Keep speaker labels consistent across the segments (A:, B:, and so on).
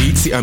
A: midi, un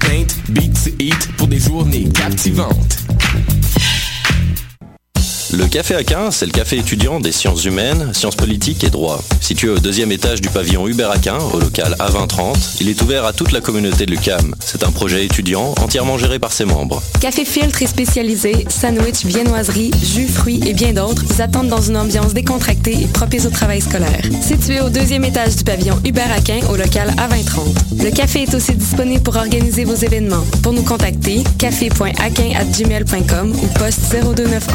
A: paint, beats, eat pour des journées captivantes.
B: Le Café Aquin, c'est le café étudiant des sciences humaines, sciences politiques et droit. Situé au deuxième étage du pavillon Hubert Aquin, au local A2030, il est ouvert à toute la communauté de l'UCAM. C'est un projet étudiant entièrement géré par ses membres.
C: Café filtre et spécialisé, sandwich, viennoiserie, jus, fruits et bien d'autres vous attendent dans une ambiance décontractée et propice au travail scolaire. Situé au deuxième étage du pavillon Hubert Aquin, au local A2030. Le café est aussi disponible pour organiser vos événements. Pour nous contacter, café.aquin.gmail.com ou poste 0291.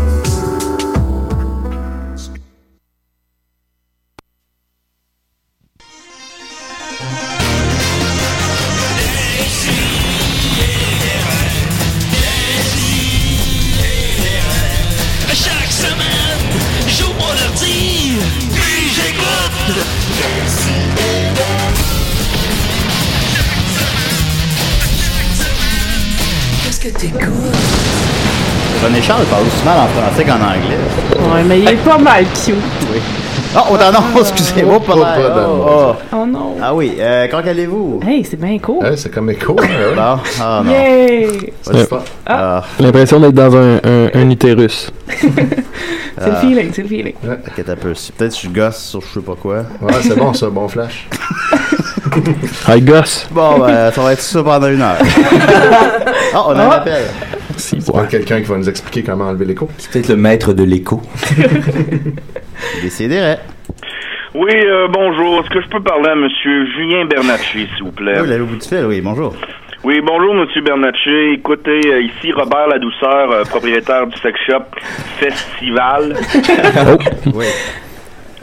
D: Chaque semaine, j'ouvre mon ordi, puis j'écoute. Qu'est-ce que t'écoutes?
E: René Charles parle aussi mal en français qu'en anglais.
F: Ouais, mais il est pas mal cute. Ah.
E: Oui. Oh, oh non, non, excusez-moi, pardon. Oh, oh.
F: Oh non.
E: Ah oui, euh, quand allez-vous?
F: Hey, c'est bien cool.
G: Ouais, c'est comme écho. hein, ouais.
E: Bon, ah non.
F: Yay!
E: Vas-y,
G: Ouais.
E: pas- Ah,
H: L'impression d'être dans un, un, un utérus. Ah.
F: C'est le feeling, c'est le feeling.
E: inquiète Ah. un peu. Peut-être que je gosse sur je sais pas quoi.
G: Ouais, c'est bon, ça, bon flash.
H: I gosse.
E: Bon, ben, ça va être ça pendant une heure. oh, on a
F: Ah.
E: un appel.
H: Si,
G: C'est pas quelqu'un qui va nous expliquer comment enlever l'écho.
I: C'est peut-être le maître de l'écho.
E: Décidérez.
J: Oui, euh, bonjour. Est-ce que je peux parler à Monsieur Julien Bernatchez, s'il vous plaît?
E: Oui, l'avez bout du fil, oui, bonjour.
J: Oui, bonjour, Monsieur Bernatchez. Écoutez, euh, ici Robert Ladouceur, euh, propriétaire du sex shop Festival.
E: Oui.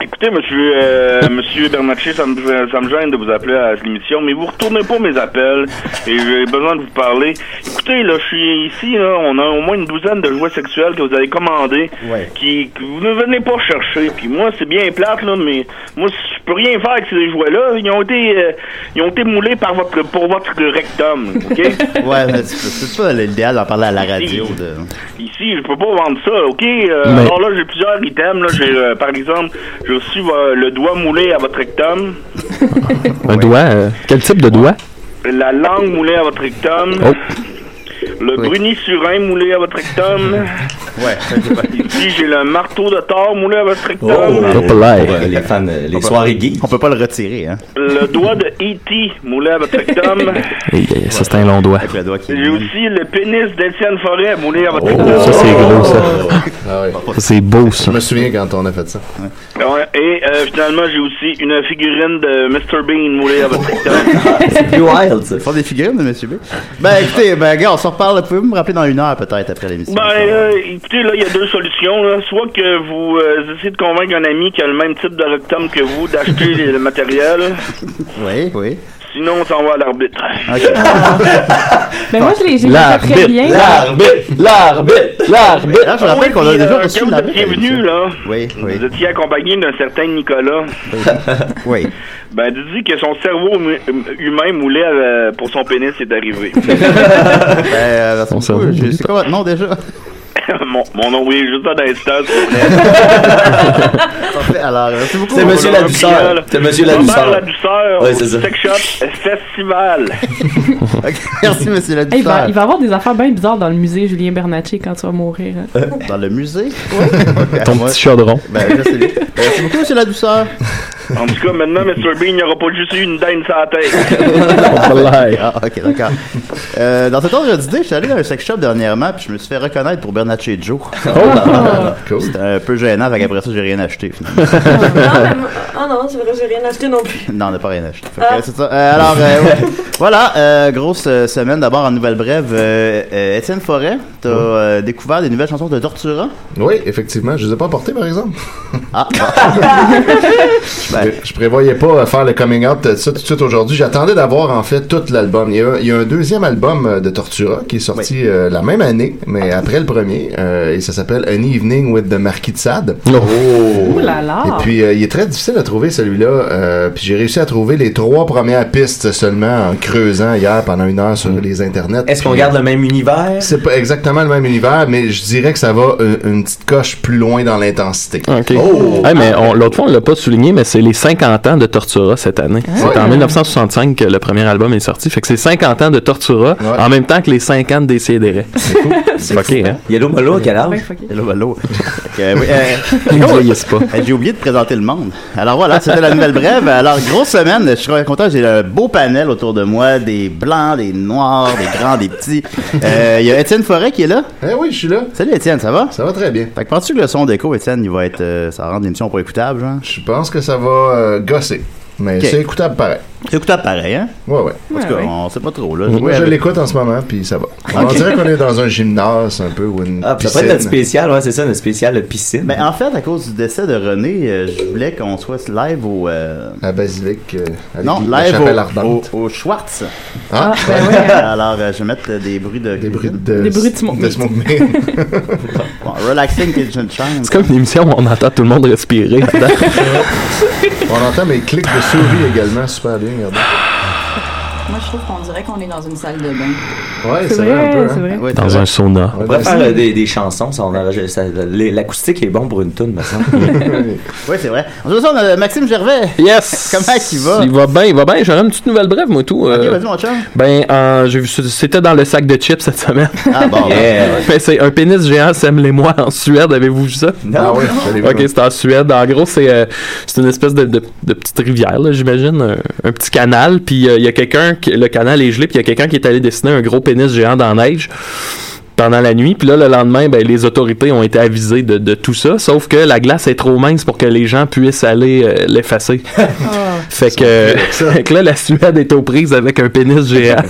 J: Écoutez, Monsieur, euh, Monsieur Bernatchez, ça me, ça me gêne de vous appeler à cette émission, mais vous retournez pas mes appels et j'ai besoin de vous parler. Écoutez, là, je suis ici, là, on a au moins une douzaine de jouets sexuels que vous avez commandés,
E: Ouais.
J: qui que vous ne venez pas chercher. Puis moi, c'est bien plate, là, mais moi, je peux rien faire avec ces jouets-là. Ils ont été, euh, ils ont été moulés par votre, pour votre rectum, ok?
E: Ouais, mais c'est- c'est pas l'idéal d'en parler à la radio. De...
J: Ici, je peux pas vendre ça, ok? Euh,
H: Mais-
J: Alors là, j'ai plusieurs items. Là, j'ai, euh, par exemple, j'ai reçu euh, le doigt moulé à votre rectum,
H: Un doigt. euh, quel type de doigt?
J: la langue moulée à votre rectum,
H: Oh.
J: le
E: Oui.
J: bruni surin moulé à votre rectum.
E: Ouais,
J: Ici, j'ai le marteau de Thor moulé à votre rectum,
H: Oh,
I: pour
H: là.
I: euh, les fans, euh, les soirées gays.
E: on peut pas le retirer, hein.
J: le doigt de E.T. moulé à votre rectum.
H: Hey, hey, ça, c'est un long doigt.
E: Avec le doigt qui est Oh.
J: J'ai
E: mou.
J: aussi le pénis d'Étienne Forêt moulé à votre rectum.
H: Ça, c'est gros, ça.
G: Ah oui.
H: Ça, c'est beau,
G: Je
H: ça.
G: me souviens quand on a fait ça.
J: Ouais, et euh, finalement, j'ai aussi une figurine de Mr. Bean moulée à votre rectum.
I: C'est plus wild, ça.
E: Ils font des figurines de Monsieur B. Ben écoutez, ben gars, on s'en reparle. Pouvez-vous me rappeler dans une heure peut-être après l'émission?
J: Ben, euh, écoutez, là, il y a deux solutions. Là. Soit que vous euh, essayez de convaincre un ami qui a le même type de rectum que vous d'acheter le matériel,
E: Oui, oui.
J: sinon on s'en va à l'arbitre.
F: Mais moi, je l'ai Ah, j'ai fait très bien.
I: L'arbitre! L'arbitre! L'arbitre!
E: Là, Ah, je rappelle qu'on a
J: Puis,
E: déjà
J: euh,
E: reçu
J: quand
E: la
J: vous étiez venu, là,
E: Oui, oui,
J: vous étiez accompagné d'un certain Nicolas.
E: oui.
J: Ben, dis que son cerveau mu- humain moulait euh, pour son pénis est arrivé.
E: Ben, euh, merci
H: On s'en
E: beaucoup.
H: va.
E: Je- C'est quoi votre nom déjà?
J: mon, mon nom, oui, juste un instant. s'il vous plaît.
E: Parfait, alors, merci beaucoup.
I: C'est Monsieur
J: Voilà,
I: Ladouceur.
J: puis, euh,
I: C'est Monsieur
J: Robert
I: Ladouceur.
J: Ladouceur,
I: Ouais,
J: au
I: c'est ça.
J: Sex Shop Festival.
E: Ok, Merci, monsieur
F: Hey, Eh, il, va,
E: l'auditeur.
F: il va y avoir des affaires bien bizarres dans le musée Julien Bernatchez quand tu vas mourir. hein.
G: Euh.
E: Euh, Dans le musée? Oui.
H: Ton petit chaudron.
E: Ben, je sais bien. Merci beaucoup, monsieur la douceur.
J: En tout cas, maintenant, Mr. Bean, il n'y aura pas juste eu une dinde sur la
E: Ah,
J: tête.
E: ok, d'accord. Euh, dans cet ordre d'idée, je suis allé dans un sex shop dernièrement, puis je me suis fait reconnaître pour Bernard Chez Joe.
H: Oh!
E: C'était un peu gênant, fait qu'après ça, j'ai rien acheté. finalement.
K: Ah non, c'est vrai, j'ai rien acheté non plus.
E: non, on n'a pas rien acheté. Fait que,
K: Ah.
E: c'est ça. Euh, alors, euh, ouais. voilà, euh, grosse euh, semaine d'abord en nouvelle brève. Euh, euh, Étienne Forêt, t'as euh, découvert des nouvelles chansons de Tortura?
G: Oui, effectivement. Je les ai pas apportées, par exemple.
E: Ah,
G: Je, pré- je prévoyais pas euh, faire le coming out de ça tout de suite aujourd'hui. J'attendais d'avoir en fait tout l'album. Il, y a- il y a un deuxième album euh, de Tortura qui est sorti euh, la même année, mais après le premier, euh, et ça s'appelle An Evening with the Marquis de Sade.
F: Ouh là là.
G: Et puis euh, il est très difficile à trouver celui-là. Euh, puis j'ai réussi à trouver les trois premières pistes seulement en creusant hier pendant une heure sur les internets.
I: Est-ce qu'on
G: Puis,
I: garde le même univers?
G: C'est pas exactement le même univers, mais je dirais que ça va euh, une petite coche plus loin dans l'intensité.
H: Oh, OK.
F: Oh.
H: Hey, mais on- l'autre fois, on l'a pas souligné, mais c'est les 50 ans de Tortura cette année.
F: Ah.
H: C'est en 1965 que le premier album est sorti. Fait que c'est 50 ans de Tortura en même temps que les 50 des CDR. C'est fucké, hein?
I: Yellow Molo, à quel âge?
E: Hello, hello. Fait que, oui, euh,
H: Ils ne vieillissent pas.
E: Euh, J'ai oublié de présenter le monde. Alors voilà, c'était la nouvelle brève. Alors, grosse semaine. Je suis content. J'ai un beau panel autour de moi. Des blancs, des noirs, des grands, des petits. Euh, Il y a Étienne Forêt qui est là.
G: Eh oui, je suis là.
E: Salut Étienne, ça va?
G: Ça va très bien.
E: Fait que penses-tu que le son d'écho, Étienne, il va être... euh, ça va rendre l'émission pas écoutable, genre?
G: Je pense que ça va euh, gosser. Mais
E: Ok.
G: c'est écoutable pareil.
E: C'est écoutable pareil, hein?
G: Ouais, ouais.
E: En tout cas, on sait pas trop, là.
G: Moi,
E: Jouer
G: je
E: avec- Ah,
G: l'écoute en ce moment, puis ça va. On
E: Ok.
G: dirait qu'on est dans un gymnase un peu ou une
I: Ah, puis ça peut être notre spécial, ouais, c'est ça, notre spécial de piscine.
E: Ben, en fait, à cause du décès de René, euh, je voulais qu'on soit live au... euh,
G: À Basilique, euh, avec
E: non,
G: la
E: live
G: chapelle
E: au, au,
G: ardente.
E: au Schwartz.
G: Ah,
E: Ouais. Alors, euh, je vais mettre euh, des bruits de... Des bruits de...
G: Des bruits de smoke de smoke meat.
E: Bon, relaxing kitchen chime.
H: C'est comme une émission où on entend tout le monde respirer. dedans.
G: On entend mes clics de souris également, super bien, regardez.
L: Moi, je trouve qu'on dirait qu'on est dans une salle de bain.
G: Ouais,
L: C'est
G: c'est vrai, un
L: vrai,
G: peu.
L: c'est vrai.
G: Ouais,
H: Dans un sauna.
I: On pourrait faire euh, des, des chansons, ça, on enregistre- ça- les- l'acoustique est bon pour une toune, maintenant.
E: Oui, c'est vrai. En tout cas, on a Maxime Gervais.
H: Yes!
E: Comment qu'il va?
H: Il va bien, il va bien. J'aurais une petite nouvelle brève, moi, tout.
E: Ok,
H: euh,
E: vas-y, mon chum.
H: Ben, euh, j'ai vu, c'était dans le sac de chips cette semaine.
E: Ah, bon, ben,
H: Yeah. Ben, c'est un pénis géant sème les mois en Suède. Avez-vous vu ça?
I: Non. Ah oui, je l'ai vu.
H: Ok, c'est en Suède. En gros, c'est euh, c'est une espèce de, de- de petite rivière, là, j'imagine, un, un petit canal. Puis euh, il y a quelqu'un, qui- le canal est gelé, puis il y a quelqu'un qui est allé dessiner un gros pénis géant dans la neige pendant la nuit. Puis là, le lendemain, ben, les autorités ont été avisées de, de tout ça, sauf que la glace est trop mince pour que les gens puissent aller euh, l'effacer. fait, que, fait que là, la Suède est aux prises avec un pénis géant.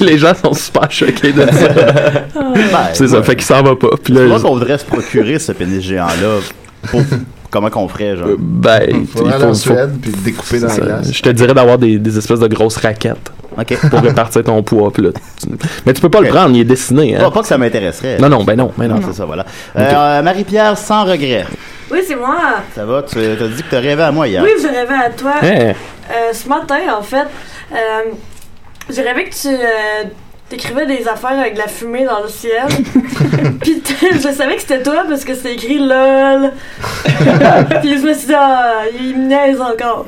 H: les gens sont super choqués de ça. C'est ça, fait qu'il s'en va pas. Puis là,
E: Je crois
H: je-
E: qu'on voudrait se procurer ce pénis géant-là. pour- Comment qu'on ferait, genre?
H: ben, il
G: Faut aller en Suède, puis le découper dans la
H: c'est ça.
G: glace.
H: Je te dirais d'avoir des, des espèces de grosses raquettes pour répartir ton poids. puis là, tu- Mais tu peux pas le prendre, il est dessiné. hein.
E: Pas, pas que ça m'intéresserait.
H: Non, non, ben non, ben
E: Non,
H: non.
E: c'est ça, voilà. Euh, euh, Marie-Pierre, sans regret.
K: Oui, c'est moi.
E: Ça va? Tu as dit que tu rêvé à moi hier.
K: Oui, j'ai rêvé à toi.
E: Hein?
K: Euh, ce matin, en fait, euh, j'ai rêvé que tu euh, t'écrivais des affaires avec de la fumée dans le ciel. Puis t- je savais que c'était toi parce que c'était écrit LOL. Puis je me suis dit, ah, il me niaise encore.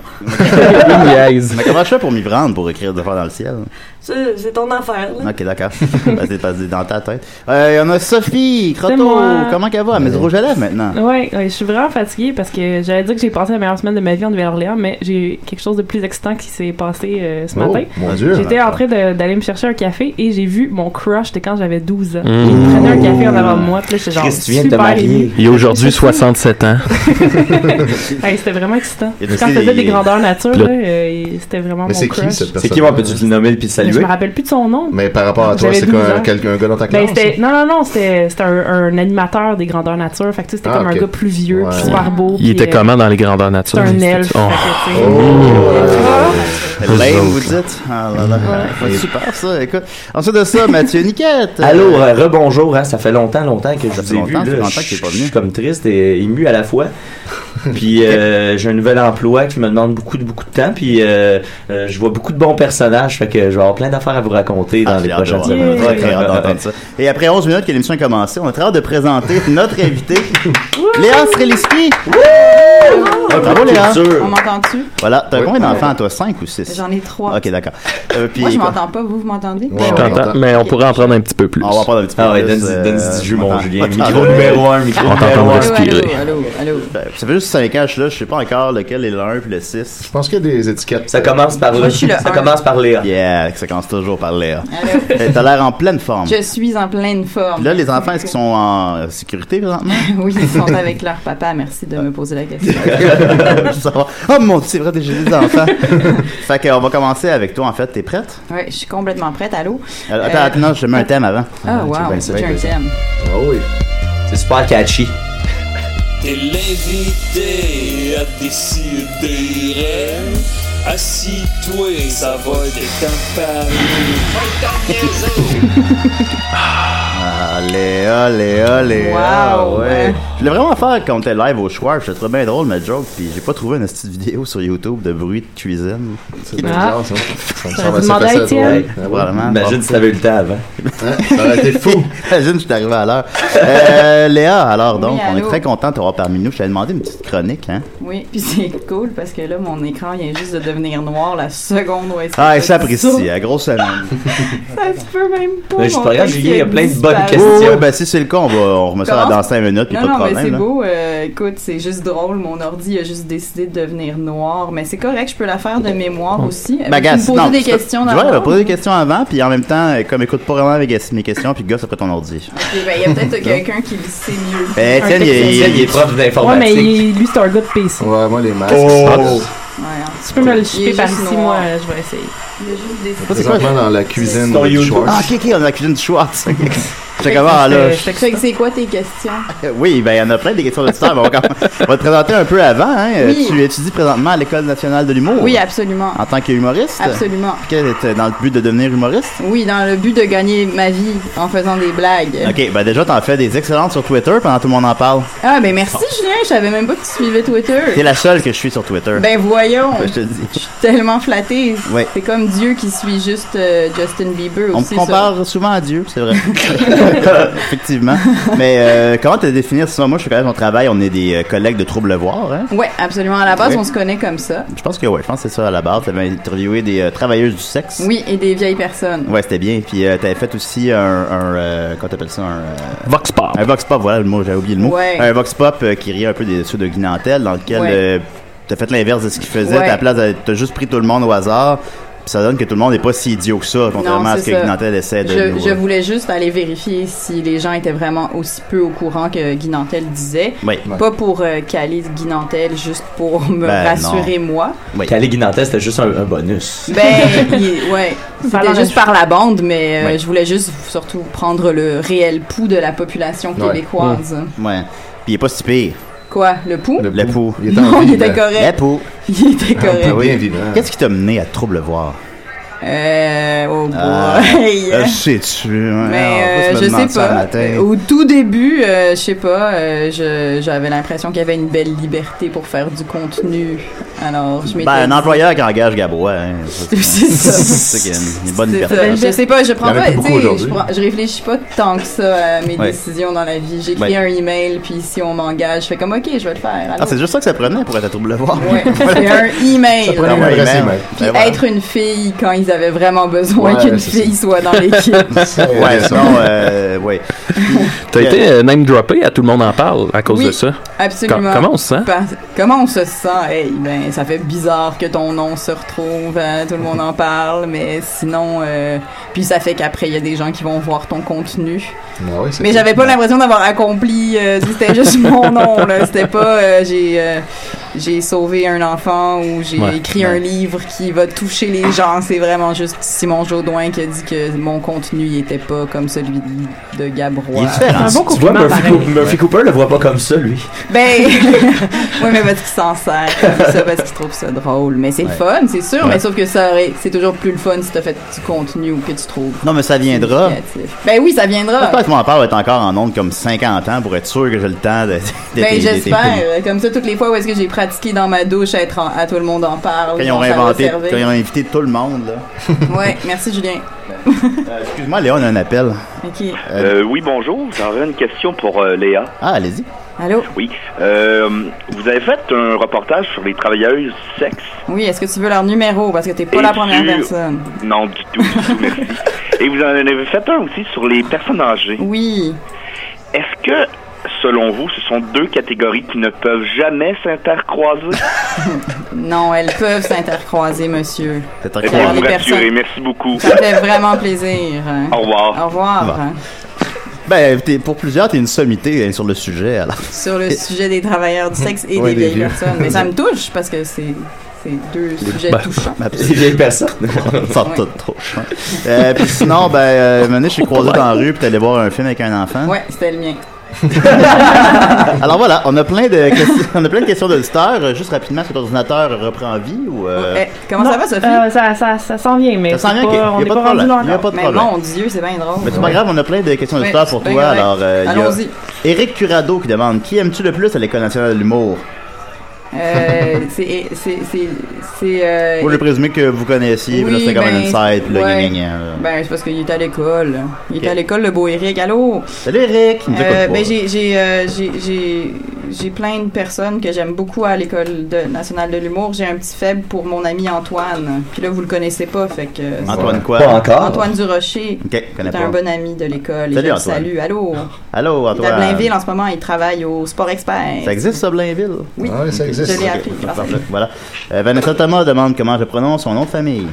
E: Mais comment je fais pour m'y prendre, pour écrire des fois dans le ciel?
K: Ça, C'est ton affaire. là.
E: Ok, d'accord. Ben, c'est passé dans ta tête. Euh, Il y en a Sophie, Croteau.
F: moi.
E: Comment qu'elle va? Mais du rouge à lèvres maintenant.
F: Ouais, ouais, je suis vraiment fatiguée parce que j'allais dire que j'ai passé la meilleure semaine de ma vie en Nouvelle-Orléans, mais j'ai quelque chose de plus excitant qui s'est passé euh, ce
E: Oh,
F: matin.
E: mon Dieu.
F: J'étais en train de- d'aller me chercher un café et j'ai vu mon crush de quand j'avais 12 ans.
H: Mm.
F: Il prenait un café en avant de moi, puis là, j'étais genre.
H: Chris, tu
I: viens de te
F: super
I: marier.
F: émue.
H: Il a aujourd'hui 67 ans.
F: Hey, c'était vraiment excitant.
H: Et
F: Quand
H: tu
F: ça
H: sais,
F: faisait des
H: il-
F: grandeurs nature,
H: le-
F: là, euh, c'était vraiment
G: Mais
F: mon
G: c'est
F: crush.
G: qui cette personne
I: C'est qui, on peut-tu le nommer puis le
F: Mais Je
I: saluer?
F: me rappelle plus de son nom.
G: Mais par rapport à toi,
F: J'avais
G: c'est
F: 12
G: quoi, un,
F: ans.
G: quelqu'un- un gars dans ta
F: Ben,
G: classe?
F: c'était, non, non, non, c'était, c'était un, un animateur des grandeurs nature. Fait que, tu sais, c'était
G: Ah,
F: comme
G: ok.
F: un gars plus vieux, puis super beau.
H: Il
F: puis,
H: était
F: euh,
H: comment dans les grandeurs
F: C'est
H: nature?
F: un elfe.
H: Oh.
F: fait que, tu sais,
E: C'est lame,
H: autres,
E: vous dites? Ah là là. Ouais, super ça, écoute. Ensuite de ça, Mathieu Niquette.
I: Allô, euh, rebonjour, hein, ça fait longtemps, longtemps que je
E: fait
I: vous ai vu.
E: longtemps, ça fait
I: là.
E: longtemps
I: Je-
E: que t'es pas
I: Je suis comme triste et ému à la fois. puis euh, j'ai un nouvel emploi qui me demande beaucoup de beaucoup de temps. Puis euh, euh, je vois beaucoup de bons personnages, fait que je vais avoir plein d'affaires à vous raconter dans les
E: J'ai hâte de
I: prochaines
E: voir.
I: semaines.
E: Très, très hâte d'entendre ça. Et après 11 minutes que l'émission a commencé, on a très hâte de présenter notre invité, Léa Streliski. Ah, bravo, Léa.
L: On m'entend-tu?
E: Voilà, t'as
L: Oui.
E: combien d'enfants, toi? 5 ou 6?
L: J'en ai trois.
E: Ok, d'accord. Euh, puis-
L: Moi, je m'entends pas. Vous, vous m'entendez?
E: Ouais,
H: Je
E: on
H: t'entends,
E: t'entend.
H: mais on pourrait en prendre un petit peu plus.
E: On va en prendre un petit peu
H: Ah ouais,
E: plus,
H: donne-y-
E: euh,
H: donne-y du jus, mon
E: on t'entend.
H: Julien.
E: On t'entend.
H: Micro numéro un, micro
E: On t'entend
H: numéro
E: pas
H: un.
E: respirer.
L: Allô, allô.
E: Ben, Ça fait juste 5 ans, je suis là, je sais pas encore lequel est le 1 puis le 6. Je
G: pense qu'il y a des étiquettes.
I: Ça commence par Moi, le- je suis le ça un. commence
E: par Léa. Yeah, ça commence toujours par Léa.
L: Allô.
E: Euh, T'as l'air en pleine forme.
L: Ah, Je suis en pleine forme.
E: Puis Là, les enfants, est-ce qu'ils sont en sécurité présentement?
L: Oui, ils sont avec leur papa. Merci de me poser la question.
E: Ça va. oh mon dieu, c'est vrai, j'ai des enfants. fait qu'on va commencer avec toi en fait. T'es prête?
L: Oui, je suis complètement prête. Allô?
E: Alors, Attends,
L: Euh,
E: attends, non, je te mets un thème avant.
L: Ah, wow, c'est un thème.
G: Ah
E: Oh oui.
I: C'est super catchy.
M: T'es l'invité à décider. Assis-toi, ça va être en
E: Ah, Léa, Léa, Léa.
M: Wow.
E: ah, Ouais. Je voulais vraiment faire quand t'es live au choix. Je trouvais bien drôle ma joke. Puis j'ai pas trouvé une petite vidéo sur YouTube de bruit de cuisine. C'est
G: bizarre, Ah. ça. Ça me semble
E: demandé
G: assez facile à trouver. Ah ouais. Imagine si t'avais eu
E: le temps avant.
G: ça aurait été
E: fou. Imagine si t'es arrivé à l'heure. Euh, Léa, alors donc, on est
L: allô.
E: très content de t'avoir parmi nous. Je t'avais demandé une petite chronique. Hein?
L: Oui, puis c'est cool parce que là, mon écran vient juste de devenir noir la seconde où est-ce que
E: Ah,
L: j'ai
E: et ça
L: dit
E: apprécie, hein, grosse semaine.
L: Ça se peut même pas.
E: Mais
L: Oh mon texte disparaît.
E: Oui, oui, ben si c'est le cas, on, va, on remet ça
L: Comment?
E: dans 5 minutes, puis
L: Non,
E: pas de
L: non,
E: problème.
L: mais c'est
E: là.
L: beau. euh, écoute, c'est juste drôle. Mon ordi a juste décidé de devenir noir. Mais c'est correct, je peux la faire de mémoire aussi. Euh,
E: Bagas,
L: tu
E: Ben,
L: me
E: non,
L: poser des
E: tu peux-
L: questions
E: tu
L: dans
E: vois, elle va poser des questions avant, puis en même temps, euh, comme écoute pas vraiment avec mes questions, puis gosse après ton ordi.
L: ben, Il y a peut-être quelqu'un qui le sait mieux.
E: Eh,
L: Un
E: tiens, il,
L: texte-
E: est- il,
I: Étienne, il est prof
F: Ouais,
I: d'informatique.
F: mais il- lui, c'est un gars de PC.
G: Ouais, Oh. moi, les masques.
E: Oh!
G: Ah,
E: Ah,
F: Tu peux me le
L: Il
F: chipper
L: est
F: par
L: juste
F: ici,
L: noir.
F: moi, je vais essayer.
G: Présentement dans la cuisine
E: Ton
G: de
E: YouTube.
G: Schwartz.
E: Ah, ok, ok, on a la cuisine du Schwartz. Check avant, Ah, là.
L: Fait que c'est quoi tes questions?
E: Oui, ben il y en a plein des questions d'auditeurs, mais on va, quand même- on va te présenter un peu avant. Hein. Euh,
L: Oui.
E: Tu étudies présentement à l'École nationale de l'humour.
L: Oui, absolument.
E: Oh. En tant qu'humoriste.
L: Absolument.
E: Puis quel était- dans le but de devenir humoriste?
L: Oui, dans le but de gagner ma vie en faisant des blagues.
E: Ok, ben déjà, t'en fais des excellentes sur Twitter pendant que tout le monde en parle.
L: Ah, ben merci Julien, je savais même pas que tu suivais Twitter.
E: T'es la seule que je suis sur Twitter.
L: Ben voyons,
E: Ouais,
L: je
E: je te le dis.
L: suis tellement flattée.
E: Ouais.
L: C'est comme Dieu qui suit juste euh, Justin Bieber
E: On me
L: aussi.
E: compare souvent à Dieu, c'est vrai. Effectivement. Mais euh, comment te définir sinon moi je suis quand même mon travail, on est des euh, collègues de Trouble-Voir, hein?
L: ça. Ouais, absolument. À la base,
E: Ouais.
L: on se connaît comme ça.
E: Je pense que ouais, je pense que c'est ça à la base. T'avais interviewé des euh, travailleuses du sexe.
L: Oui, et des vieilles personnes.
E: Ouais, c'était bien. Puis euh, t'avais fait aussi un, un euh, comment t'appelles ça, un euh, vox pop. Un vox pop, voilà le mot, j'avais oublié le mot.
L: Ouais.
E: Un vox pop euh, qui riait un peu des ceux de Guinantel, dans lequel
L: Ouais.
E: euh, t'as fait l'inverse de ce qu'il faisait.
L: Ouais.
E: T'as place, euh, t'as juste pris tout le monde au hasard. Puis ça donne que tout le monde n'est pas si idiot que ça, contrairement à ce que
L: c'est ça.
E: Guinantel essaie de.
L: Je,
E: nous- euh,
L: je voulais juste aller vérifier si les gens étaient vraiment aussi peu au courant que Guy Nantel disait.
E: Oui.
L: Pas pour euh, caler Guy Nantel, juste pour me
I: Ben,
L: rassurer moi.
I: Oui. Calais Guinantel, c'était juste un, un bonus.
L: Ben, il- ouais.
F: Par
L: C'était
F: la
L: juste
F: même-
L: par la bande, mais euh,
E: Ouais.
L: je voulais juste surtout prendre le réel pouls de la population
E: Ouais.
L: québécoise.
E: Mm. Ouais. Puis il est pas si pire.
L: Quoi, le pouls?
E: Le pou.
L: était en Non, vie, il était là. correct.
E: Le pou.
L: Il était correct.
E: Ah oui. Qu'est-ce qui t'a mené à Trouble-Voir?
L: Euh, oh boy.
E: Ah, euh, je sais-tu. hein?
L: Mais
E: Ah, on va
L: euh,
E: se
L: je
E: demander
L: sais
E: ça le
L: pas.
E: matin. Ben,
L: Au tout début, euh, je sais pas, euh, je- j'avais l'impression qu'il y avait une belle liberté pour faire du contenu. Alors, je m'étais
E: Ben, un
L: dit-
E: employeur qui engage Gabois, hein. C'est
L: ça.
E: C'est ça qui est une bonne
L: C'est
E: liberté.
L: ça. Je sais pas, je
E: Il y
L: prends
E: en a
L: pas,
E: plus beaucoup
L: tu sais, je,
E: aujourd'hui.
L: prends- je réfléchis pas tant que ça à mes
E: Ouais.
L: décisions dans la vie. J'écris
E: Ouais.
L: un email, puis si on m'engage, je fais comme OK, je vais le faire. allô.
E: Ah, c'est juste ça que ça prenait pour être à Trouble-Voir.
L: Ouais, c'est un email.
E: Ça prenait une adresse email.
L: Puis
E: Ben voilà.
L: être une fille quand ils avaient vraiment besoin
E: Ouais,
L: qu'une
E: c'est ça.
L: fille soit dans l'équipe.
E: Ouais, sinon, euh, ouais.
H: T'as été euh, name droppé à tout le monde en parle à cause
L: Oui,
H: de ça.
L: Absolument.
H: Com- comment on se sent?
L: Par- comment on se sent? Hey, ben, ça fait bizarre que ton nom se retrouve, hein, tout le monde en parle, mais sinon, euh, puis ça fait qu'après, il y a des gens qui vont voir ton contenu.
G: Ah oui, c'est
L: Mais
G: ça.
L: j'avais pas l'impression d'avoir accompli, euh, c'était juste mon nom, là. C'était pas, euh, j'ai, euh, j'ai sauvé un enfant ou j'ai
D: Ouais,
L: écrit
D: ouais.
L: un livre qui va toucher les gens. C'est vraiment juste Simon Jaudoin qui a dit que mon contenu, il était pas comme celui de Gabrois.
I: tu vois, Murphy, Coo- Murphy Cooper le voit pas comme ça, lui.
L: Ben, oui, mais parce qu'il s'en sert comme ça, parce qu'il trouve ça drôle. Mais c'est le
E: Ouais.
L: fun, c'est sûr,
E: Ouais.
L: mais sauf que ça aurait- c'est toujours plus le fun si t'as fait du contenu ou que tu trouves.
E: Non, mais ça viendra.
L: significatif. Ben oui, ça viendra.
E: J'espère que mon père va être encore en nombre comme 50 ans pour être sûr que j'ai le temps de.
L: Ben j'espère. Comme ça, toutes les fois où est-ce que j'ai pratiqué dans ma douche, à être en- à tout le monde en parle.
E: Quand ils ont
L: ça va
E: réinventé,
L: servir.
E: quand ils ont invité tout le monde, là.
L: Ouais, merci Julien.
E: Euh, Excuse-moi, Léon, on a un appel.
L: Ok.
J: Euh, oui, bonjour. J'aurais une question pour euh, Léa.
E: Ah, allez-y.
L: Allô?
J: Oui. Euh, vous vous avez fait un reportage sur les travailleuses sexes.
L: Oui, est-ce que tu veux leur numéro? Parce que t'es pas
J: Et
L: la première
J: tu-
L: personne.
J: Non, du tout, du tout, merci. Et vous en avez fait un aussi sur les personnes âgées.
L: Oui.
J: Est-ce que, selon vous, ce sont deux catégories qui ne peuvent jamais s'intercroiser?
L: Non, elles peuvent s'intercroiser, monsieur.
J: Eh
L: Alors,
J: bien, vous
L: les personnes-
J: rassurez, merci beaucoup.
L: Ça fait vraiment plaisir.
J: Au revoir.
L: Au revoir.
E: Au revoir. Ben, t'es- pour plusieurs, t'es une sommité hein, sur le sujet, alors.
L: Sur le sujet des travailleurs du sexe et
E: Ouais,
L: des
E: des
L: vieilles
E: vieux.
L: personnes. Mais ça me touche parce que c'est c'est deux sujets
E: Ben,
L: touchants.
E: ben,
I: Les vieilles personnes.
E: On s'en tout trop. hein. Euh, puis sinon, ben, euh, un moment donné, je suis croisé dans la rue, puis t'es allé voir un film avec un enfant.
L: Ouais, c'était le mien.
E: Alors voilà, on a plein de questions, on a plein de questions d'auditeurs. Euh, Juste rapidement, cet ordinateur reprend vie ou euh,
L: comment ça va, Sophie?
F: euh, ça, ça, ça s'en vient, mais
E: Ça s'en
F: c'est
E: vient, ok.
F: pas-
E: Y a
F: on
E: pas
F: n'est
E: de
F: pas,
E: problème.
F: rendu là
E: Y a
F: encore.
E: pas de
L: Mais
E: problème.
L: mon Dieu, c'est bien drôle.
E: Mais c'est pas grave, on a plein de questions
L: Ouais,
E: d'auditeurs pour
L: c'est
E: toi.
L: bien
E: Alors,
L: correct.
E: euh, il y a
L: Allons-y.
E: Éric Curado qui demande Qui aimes-tu le plus à l'École nationale de l'humour
L: Euh, c'est c'est c'est c'est euh,
E: Moi, j'ai présumé que vous connaissiez, puis là,
L: oui,
E: c'était comme
L: ben,
E: un insight, puis là, gna, gna,
L: ouais.
E: gna, là.
L: Ben, c'est parce qu'il était à l'école. Il était
E: Ok.
L: à l'école, le beau Eric. Allô?
E: Salut, Eric! Il nous écoute
L: Euh,
E: pas.
L: ben, j'ai, j'ai, euh, j'ai, j'ai, j'ai plein de personnes que j'aime beaucoup à l'École de- nationale de l'humour. J'ai un petit faible pour mon ami Antoine. Puis là, vous le connaissez pas, fait que... euh,
E: Antoine Ouais. quoi? Pas encore.
L: Antoine Durocher.
E: Ok, connais
L: C'est
E: pas.
L: un bon ami de l'école.
E: Salut,
L: Salut,
E: Antoine.
L: Salut, allô?
E: Allô,
L: Il est à
E: Antoine.
L: Blainville en ce moment. Il travaille au Sport Expert.
E: Ça existe, ça, Blainville?
L: Oui,
G: Ah
E: Ouais, ça existe.
L: je l'ai
E: Ok,
L: appris grâce à
E: parfait,
L: lui.
E: Voilà. Euh, Vanessa Thomas demande comment je prononce son nom de famille.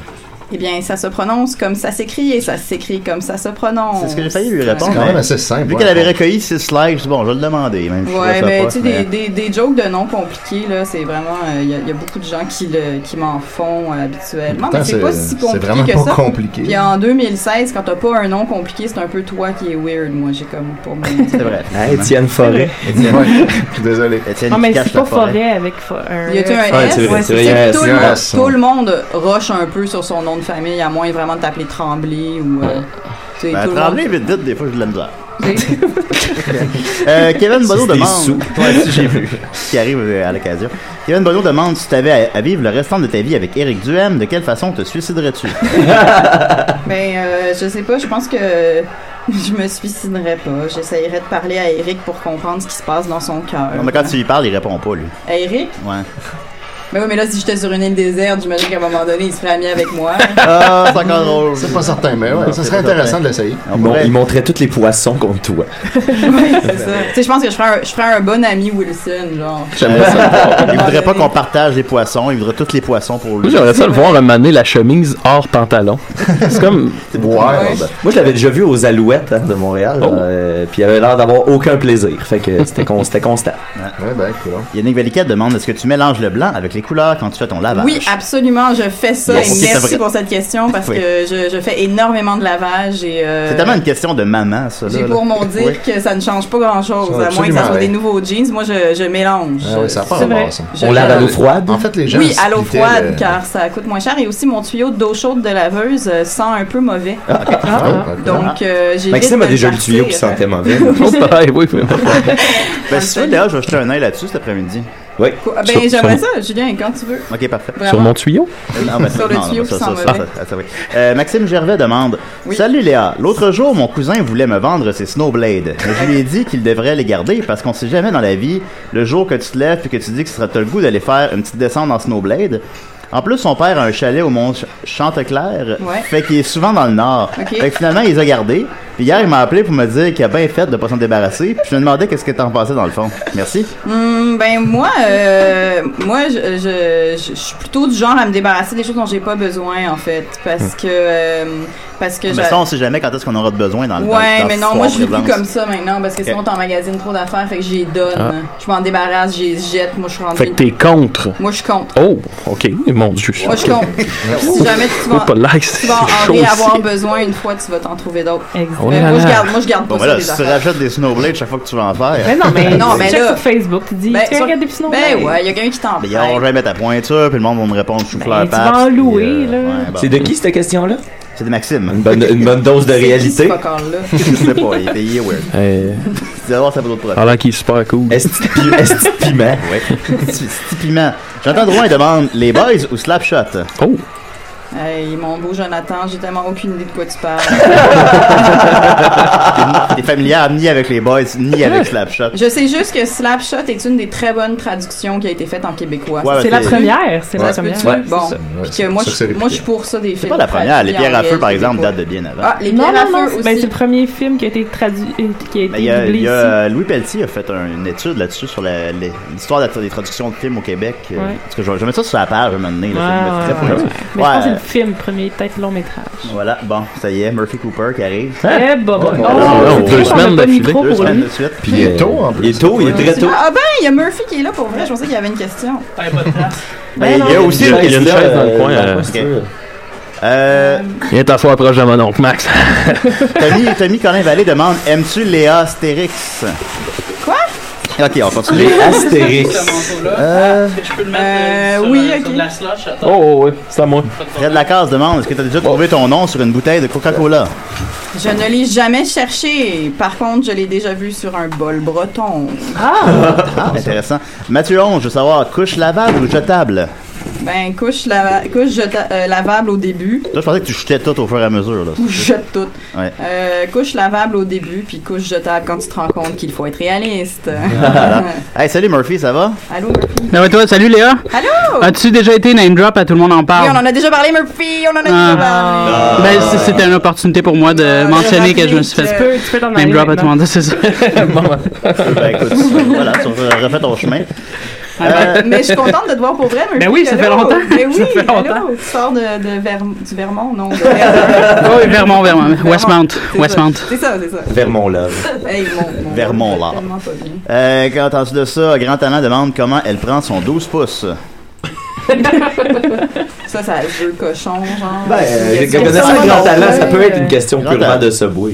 L: Eh bien, ça se prononce comme ça s'écrit et ça s'écrit comme ça se prononce.
E: C'est ce que j'ai failli lui répondre.
G: C'est quand même
E: mais
G: assez simple,
E: Vu
G: ouais.
E: qu'elle avait recueilli 6 likes, je dis, bon, je vais le demander. Même si je
L: Ouais,
E: le fais
L: mais
E: pas,
L: tu sais,
E: mais-
L: des, des, des jokes de noms compliqués, là, c'est vraiment. Il y, a beaucoup de gens qui, le, qui m'en font euh, habituellement. Mais
G: Pourtant,
L: c'est pas
G: c'est-
L: si
G: c'est
L: compliqué
G: vraiment
L: que
G: pas
L: ça.
G: compliqué.
L: Puis en 2016, quand t'as pas un nom compliqué, c'est un peu toi qui est weird, moi, j'ai comme pour moi.
E: C'est vrai.
I: Ah, Étienne Forêt.
G: Étienne- Ouais, Désolé.
E: Étienne
F: Non, mais c'est pas forêt avec fo- un.
L: Il y a un
I: Ouais,
L: S.
I: c'est vrai,
L: Ouais,
I: c'est
L: c'est-
I: vrai, il y a un
L: c'est
I: S,
L: tout,
I: il y
L: le
I: a un
L: monde,
I: S,
L: tout
I: ouais.
L: le monde rush un peu sur son nom de famille, à moins vraiment de t'appeler Tremblay ou. euh, tu sais,
E: Ben,
L: tout le
E: trembler
L: monde-
E: vite, vite, des fois, j'ai de la misère. Euh, Kevin Bonneau
I: des
E: demande.
I: sous.
E: Ouais, si j'ai vu. Qui arrive euh, à l'occasion. Kevin Bonneau demande si tu avais à, à vivre le restant de ta vie avec Eric Duhem, de quelle façon te suiciderais-tu
L: Ben, euh, je sais pas, je pense que je me suiciderais pas. J'essayerais de parler à Eric pour comprendre ce qui se passe dans son cœur.
E: Non, mais quand tu lui parles, il répond pas, lui.
L: À Eric?
E: Ouais.
L: Ben oui, mais là, si j'étais sur une île déserte, j'imagine qu'à un moment donné, il serait ami avec moi.
E: Ah, c'est encore drôle.
G: C'est pas certain, mais ouais,
I: Non,
G: ça
I: c'est
G: serait
I: pas
G: intéressant
I: certain.
G: de l'essayer.
I: Ils, mon- ils montraient tous les poissons contre toi.
L: C'est ça. Tu sais, je pense que je ferais, un, je ferais un bon ami Wilson, genre.
E: Euh, Il voudrait pas qu'on partage les poissons, il voudrait tous les poissons pour
H: Moi,
E: lui.
H: j'aimerais ça le voir ramener la chemise hors pantalon. C'est comme.
I: ben, Moi, je l'avais déjà vu aux Alouettes hein, de Montréal. euh, puis il avait l'air d'avoir aucun plaisir. Fait que c'était con- c'était constant.
G: Ouais, ben, cool.
E: Yannick Valiquette demande est-ce que tu mélanges le blanc avec les couleurs quand tu fais ton lavage
L: Oui, absolument, je fais ça.
E: Ah bah, Yes.
L: et
E: Ok, c'est
L: merci
E: vrai.
L: pour cette question parce
E: Oui.
L: que je, je fais énormément de lavage et. euh,
E: C'est tellement une question de maman, ça. là,
L: J'ai
E: là.
L: pour mon dire
E: Oui.
L: que ça ne change pas grand chose,
E: Ça va
L: à moins que
E: absolument
L: ça soit des
E: rien.
L: nouveaux jeans. Moi, je, je mélange.
G: Ah oui, ça a pas
L: C'est
G: rapport,
L: vrai.
G: ça.
L: Je
G: On lave à
L: mélange.
G: l'eau froide? En fait, les gens euh,
L: Oui, à l'eau
G: splitaient
L: froide,
G: le-
L: car ça coûte moins cher. Et aussi, mon tuyau d'eau chaude de laveuse euh, sent un peu mauvais.
E: Ah, Oh,
H: Ah,
I: ok.
L: Ah, Donc, euh, j'ai
I: Maxime
L: vite
I: a
L: de
I: déjà
L: le
I: le tuyau qui
L: partir.
I: sentait mauvais.
H: Oh, oui,
E: Ben, si tu veux, Ben, d'ailleurs, je vais jeter un œil là-dessus cet après-midi.
I: Oui.
L: Ah, Ben, j'aimerais ça, Julien, quand tu veux.
E: Ok, parfait.
L: Vraiment? Sur mon
H: tuyau?
E: Euh, Non, mais
L: Sur le
E: non, non,
L: tuyau
E: ça,
L: qui
E: ça,
L: s'en
E: ça,
L: va.
E: ça, ça, oui. Euh, Maxime Gervais demande Salut Léa, l'autre jour, mon cousin voulait me vendre ses Snowblades. Mais je lui ai dit qu'il devrait les garder parce qu'on sait jamais dans la vie le jour que tu te lèves et que tu dis que tu as le goût d'aller faire une petite descente en Snowblade. En plus, son père a un chalet au Mont Ch- Chanteclair,
L: Ouais.
E: fait qu'il est souvent dans le nord.
L: Ok.
E: Fait que finalement, il les a gardés. Puis hier, il m'a appelé pour me dire qu'il a bien fait de pas s'en débarrasser. Puis je me demandais qu'est-ce que t'en pensais dans le fond. Merci.
L: Hum, ben moi, euh, moi, je, je, je- je suis plutôt du genre à me débarrasser des choses dont j'ai pas besoin en fait, parce que euh, parce que
E: Ah, Mais
L: j'a-
E: ça, on sait jamais quand est-ce qu'on aura de besoin dans le dans-
L: Ouais,
E: dans
L: mais
E: ce
L: non,
E: soir
L: moi je vis plus
E: présence.
L: comme ça maintenant parce que
E: Ok.
L: sinon t'emmagasines trop d'affaires, fait que j'y donne.
H: Ah.
L: Je m'en débarrasse, j'y jette, moi je suis
H: Fait
L: rendue.
H: que t'es contre.
L: Moi je suis contre.
H: Oh, ok. Mon Dieu.
L: Moi je suis contre. si jamais tu vas,
H: Oh, pas de likes,
L: tu vas
H: c'est
L: en
H: chaud ici.
L: avoir besoin une fois, tu vas t'en trouver d'autres.
E: Oh
L: Mais
E: là
L: Euh, moi je
E: là.
L: garde, moi je garde pas
E: Bon,
L: ça
E: voilà,
L: des
E: si tu
L: affaires.
E: rachètes des snowblades chaque fois que tu vas en faire.
L: Mais non, mais non, mais
F: check
L: là
F: sur Facebook, tu dis,
L: Ben,
F: tu
L: tu-
F: regardes des petits noms
L: Ben
F: de-
L: ouais, il y a quelqu'un qui t'en
E: Mais ils n'auront jamais ta pointure, puis le monde va me répondre souffleur
F: tu vas en louer,
E: euh,
F: là.
I: C'est
E: bah.
I: de qui, cette question-là
E: Ah, C'est de Maxime. Une
I: bonne, une bonne dose de réalité.
L: encore là.
E: Je sais pas, il était il est weird.
H: Euh,
E: Tu vas voir, ça peut d'autres problèmes.
H: alors qu'il est super cool.
I: Estipiment.
E: Ouais. Petit piment. J'entends Drouin demande les boys ou Slapshot
H: Oh.
L: Hey, mon beau Jonathan, j'ai tellement aucune idée de quoi tu parles.
E: T'es- T'es familière ni avec les boys, ni avec Slapshot.
L: Je sais juste que Slapshot est une des très bonnes traductions qui a été faite en québécois.
E: Ouais, C'est la t'es-
F: première, c'est la
L: Ça se peut-tu?
E: première. Ouais,
L: Bon,
E: c'est ça. Ouais,
L: puis
E: c'est-
L: que moi,
E: ça,
L: je,
E: c'est répliqué.
L: moi, je suis pour ça des films.
E: C'est pas la première. Les
L: traduits
E: pierres
L: en
E: à feu,
L: réel
E: par exemple,
L: québécois.
E: datent de bien avant.
L: Ah, les
F: non,
L: pierres
F: non,
L: à
F: non,
L: feu
F: c'est-
L: aussi.
F: ben, c'est le premier film qui a été traduit, euh, qui a été
E: Mais Ben, il y a,
F: doublé
E: il y a,
F: ici.
E: euh, Louis Pelletier a fait un- une étude là-dessus sur la- les- l'histoire de la- des traductions de films au Québec. euh,
F: Ouais.
E: Parce que je, je vais mettre ça sur la page un moment donné.
F: Ouais,
E: le film,
F: ouais,
E: c'est très
F: ouais.
E: bon.
F: Mais je pense que c'est
E: Ouais,
F: le film, premier, peut-être long métrage.
E: Voilà, bon, ça y est, Murphy Cooper qui arrive.
F: Eh, bah, bah,
E: Ouais,
F: oh,
E: ouais,
F: c'est
E: ouais,
F: vrai qu'on a pas de micro
E: Deux
F: pour
E: semaines
F: lui.
E: de suite.
F: Puis il est
E: Euh,
I: tôt, en plus. Il est tôt, il est très tôt.
L: Ah ben, il y a Murphy qui est là pour vrai. Je pensais qu'il y avait une question.
E: Ben, il y a aussi
H: Il y a- il y a une
E: question,
H: chaise dans le
E: euh,
H: coin,
E: dans
H: euh,
E: coin, si
H: ok.
E: tu veux. Euh,
H: Viens t'asseoir proche de mon oncle Max.
E: Tommy, Tommy Colin Vallée demande Aimes-tu Léa Astérix
L: Quoi?
E: Ok, on continue.
D: Euh... Je peux le mettre euh, sur, oui, sur de la slush. Attends.
E: oh, oui, c'est à moi. Fred Lacasse demande Est-ce que tu as déjà trouvé ton nom sur une bouteille de Coca-Cola
L: Je ne l'ai jamais cherché. Par contre, je l'ai déjà vu sur un bol breton.
E: Ah, intéressant. Mathieu 11, je veux savoir couche lavable ou jetable
L: Ben, couche, lava- couche jeta- euh, lavable au début.
E: Toi, je pensais que tu jetais tout au fur et à mesure. Là.
L: Ou jette tout.
E: Ouais.
L: Euh, couche lavable au début, puis couche jetable quand tu te rends compte qu'il faut être réaliste.
E: Oh. hey, salut Murphy, ça va
L: Allô?
N: Ça va, toi? Salut Léa.
L: Allô?
N: As-tu déjà été name drop à tout le monde en
L: Oui,
N: parle?
L: on en a déjà parlé, Murphy! On en a déjà
N: Ah.
L: parlé!
E: Ah.
L: Ah,
N: Ben, c- c'était une opportunité pour moi de mentionner que je me suis fait
L: Tu peux- tu peux t'en
N: name
L: aller
N: drop à tout
L: maintenant.
N: le monde, c'est ça.
E: ben écoute, voilà, tu re- refais ton chemin.
L: Euh, mais je suis contente de te voir pour vrai, Murphy.
N: Ben oui, ça fait
L: Allô?
N: longtemps.
L: Ben oui,
N: Ça fait
L: allô?
N: longtemps.
L: Tu sors de, de Verm- du Vermont, non? de-
N: Oui, Vermont, Vermont. Westmount.
L: C'est
N: Westmount.
L: ça, C'est ça, c'est ça.
E: Vermont là.
L: Hey, mon, mon
E: Vermont là.
L: tellement pas bien.
E: Euh, quand ensuite de ça, Grand Talent demande comment elle prend son 12 pouces.
L: Ça, ça jeu cochon, genre.
I: Ben, euh,
L: Question
I: connaissant
L: de
I: grand talent, ça peut
L: ouais.
I: être une question
E: Grand
I: purement
E: talent. Ben
I: de Subway.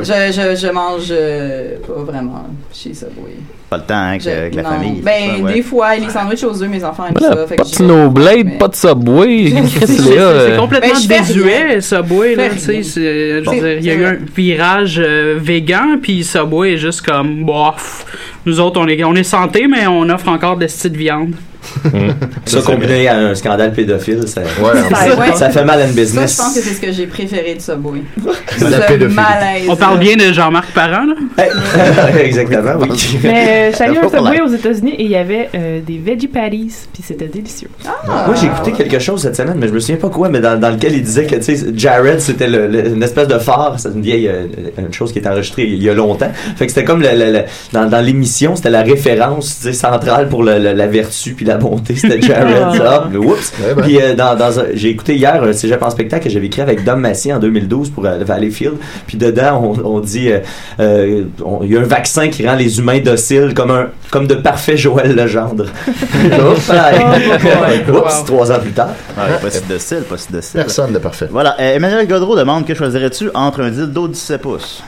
L: Je, je, je mange euh, pas vraiment chez Subway.
E: Pas le temps hein, que- avec la
L: Non.
E: famille.
L: Ben,
E: Ça, ouais.
L: des fois, les sandwichs aux œufs, mes enfants aiment ça.
H: Voilà,
L: Fait
H: pas
L: que
H: de
L: je-
H: Snowblade, pas de Subway. Chris, Léa, euh,
N: C'est complètement
L: Ben, je fais
N: désuet, Subway. Là,
L: Fais
N: tu sais, c'est- je veux
L: Bon.
N: dire, il y a eu un virage euh, végan, puis Subway est juste comme, bof, nous autres, on est, on est santé, mais on offre encore des petites viandes.
I: Ça, combiné à un scandale pédophile, ça,
L: Ça- Ben, ouais.
I: ça fait mal à une
L: Ça,
I: business.
L: je pense que c'est ce que j'ai préféré de Subway.
I: La
L: Ce
I: pédophilie.
L: malaise. euh,
N: On parle bien de Jean-Marc Parent, là.
I: Exactement, oui.
F: Mais euh, je suis allée au Subway aux États-Unis et il y avait euh, des veggie patties, puis c'était délicieux.
I: Moi, j'ai écouté
G: Ah.
I: quelque chose cette semaine, mais je me souviens pas quoi, mais dans, dans lequel il disait que, tu sais, Jared, c'était le- le- une espèce de phare, c'est une vieille euh, une chose qui est enregistrée il y a longtemps. Fait que c'était comme, le- le- le- dans, dans l'émission, c'était la référence, tu sais, centrale pour le- le- la vertu puis la bonté, c'était Jared, ça. Mais Oups! Puis, euh, dans, dans un- j'ai écouté hier un cégep en spectacle que j'avais écrit avec Dom Massy en 2012 pour euh, Valleyfield, puis dedans, on, on dit, euh, euh, on- il y a un vaccin qui rend les humains dociles comme un, comme de parfait Joël Legendre. Oups! Oups! Trois ans plus tard.
E: Ah, pas
N: Euh,
E: si docile, pas si docile.
I: Personne
E: de parfait. Voilà, euh, Emmanuel Godreau demande que choisirais-tu entre un dildo de 17 pouces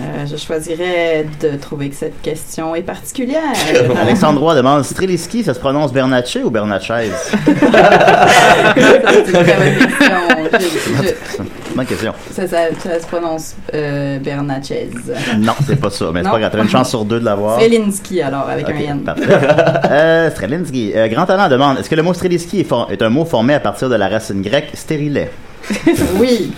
L: Euh, je choisirais de trouver que cette question est particulière.
E: Alexandre Roy demande Streliski, ça se prononce Bernatchez ou Bernatchez Bonne question.
L: Ça, ça, ça se prononce euh, Bernatchez.
E: Non, c'est pas ça, mais c'est
L: Non.
E: pas grave. T'as une chance sur deux de l'avoir.
L: Felinski, alors, avec
E: Ok,
L: un N.
E: parfait. euh, Strelinski. Euh, Grand Talent demande Est-ce que le mot Streliski est, for- est un mot formé à partir de la racine grecque stérilet
L: Oui,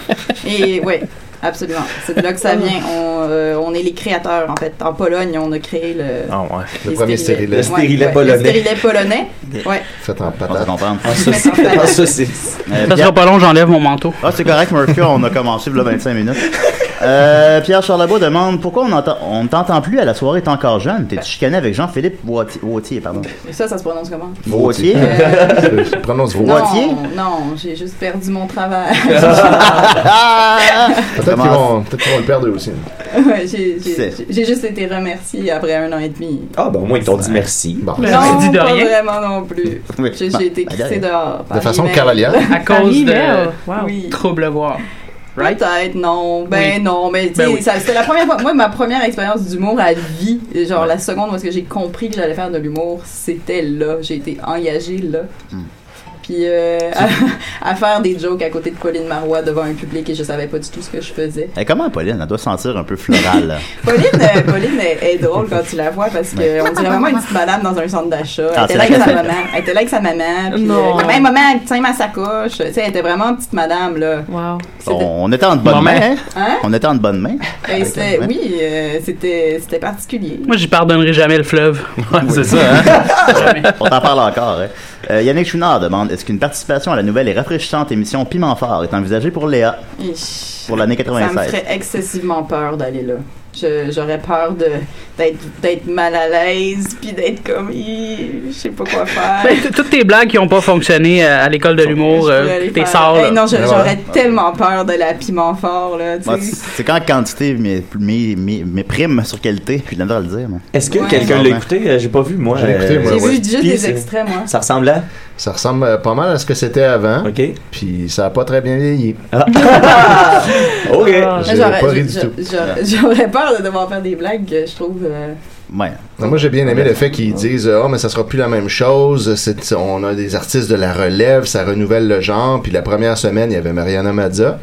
L: et oui, absolument. C'est de là que ça vient. On, euh, on est les créateurs, en fait. En Pologne, on a créé le,
E: Ah ouais.
L: les stérilets. Ouais, ouais, Le stérilet polonais. Ouais.
E: Faites en patate. On va comprendre.
I: Ah, ça, c'est-
N: Ça sera pas long, j'enlève mon manteau.
E: euh, Ah, c'est correct, Murphy, on a commencé là 25 minutes. Euh, Pierre Charlebois demande pourquoi on entend- on ne t'entend plus à la soirée t'es encore jeune. T'es chicané avec Jean-Philippe Wautier, Wautier, pardon.
L: Et ça, ça se prononce comment?
E: Wautier.
L: Euh,
E: Je prononce
L: Non, non, j'ai juste perdu mon travail.
G: Peut-être qu'ils vont, peut-être qu'ils vont le perdre eux aussi.
L: Ouais, j'ai- j'ai
G: C'est-
L: j'ai juste été remerciée après un an et demi.
I: Ah, ben au moins, ils t'ont dit merci.
L: non, pas vraiment non plus. J'ai j'ai été crissée dehors. par email.
N: À cause de
L: Oui.
N: trouble voir.
L: Peut-être, non. Ben
N: Oui.
L: non, mais tu sais,
N: Ben oui.
L: ça- c'était la première fois. Moi, ma première expérience d'humour à vie, genre la seconde où est-ce que j'ai compris que j'allais faire de l'humour, c'était là. J'ai été engagée là. puis euh, à, à faire des jokes à côté de Pauline Marois devant un public et je savais pas du tout ce que je faisais.
E: Eh, comment Pauline Elle doit sentir un peu florale. là.
L: Pauline, euh, Pauline est, est drôle quand tu la vois parce qu'on dirait vraiment une petite madame dans un centre d'achat.
E: Ah,
L: Elle était
E: c'est
L: là
E: la
L: avec sa
E: café.
L: maman. Elle était là avec sa maman. Puis,
E: Non.
L: euh, même maman, elle tient ma sacoche. Tu sais, elle était vraiment une petite madame, là.
F: Wow.
E: On, on était en de bonne
N: Maman.
E: main. hein?
L: Hein?
E: On était en de bonne main.
L: Et c'était- oui, euh, c'était c'était particulier.
N: Moi, j'y pardonnerai jamais le fleuve.
E: c'est ça. hein? on t'en parle encore. hein? Euh, Yannick Chouinard demande est-ce qu'une participation à la nouvelle et rafraîchissante émission Piment Fort est envisagée pour Léa
L: Ich.
E: pour l'année
L: Ça me
E: 96
L: ferait excessivement peur d'aller là. Je- J'aurais peur de d'être- d'être mal à l'aise, puis d'être comme, Ih, je sais pas quoi faire.
N: Ben, t- toutes tes blagues qui n'ont pas fonctionné euh, à l'école de l'humour,
L: Je
N: euh,
L: pourrais aller
N: tes
L: faire-
N: sorts.
L: Hey, non, je-
E: Ouais,
L: j'aurais
E: ouais.
L: tellement peur de la piment fort là. tu
E: Moi,
L: sais.
E: c'est- C'est quand quantité mes, mes, mes, mes primes sur qualité, puis de la misère à le dire. moi.
I: Est-ce que quelqu'un l'a écouté Euh, J'ai pas vu, moi.
G: Je l'ai écouté,
I: Euh,
G: moi, J'ai vu ouais. juste
I: Puis
G: des
I: c'est-
L: extraits, moi.
I: Ça ressemble à
G: Ça ressemble euh, pas mal à ce que c'était avant.
I: OK. Ah.
G: Puis ça a pas très bien vieilli.
I: OK.
L: Ah. Mais
G: Ah, J'ai
L: j'aurais-
G: pas ri du
L: j'a-
G: tout.
L: j'aurais- J'aurais peur de devoir faire des blagues, que je trouve. euh,
E: Ouais.
G: Non, moi, j'ai bien aimé le fait qu'ils disent euh, Ah, mais ça sera plus la même chose. C'est- on a des artistes de la relève, ça renouvelle le genre. Puis la première semaine, il y avait Mariana Mazza,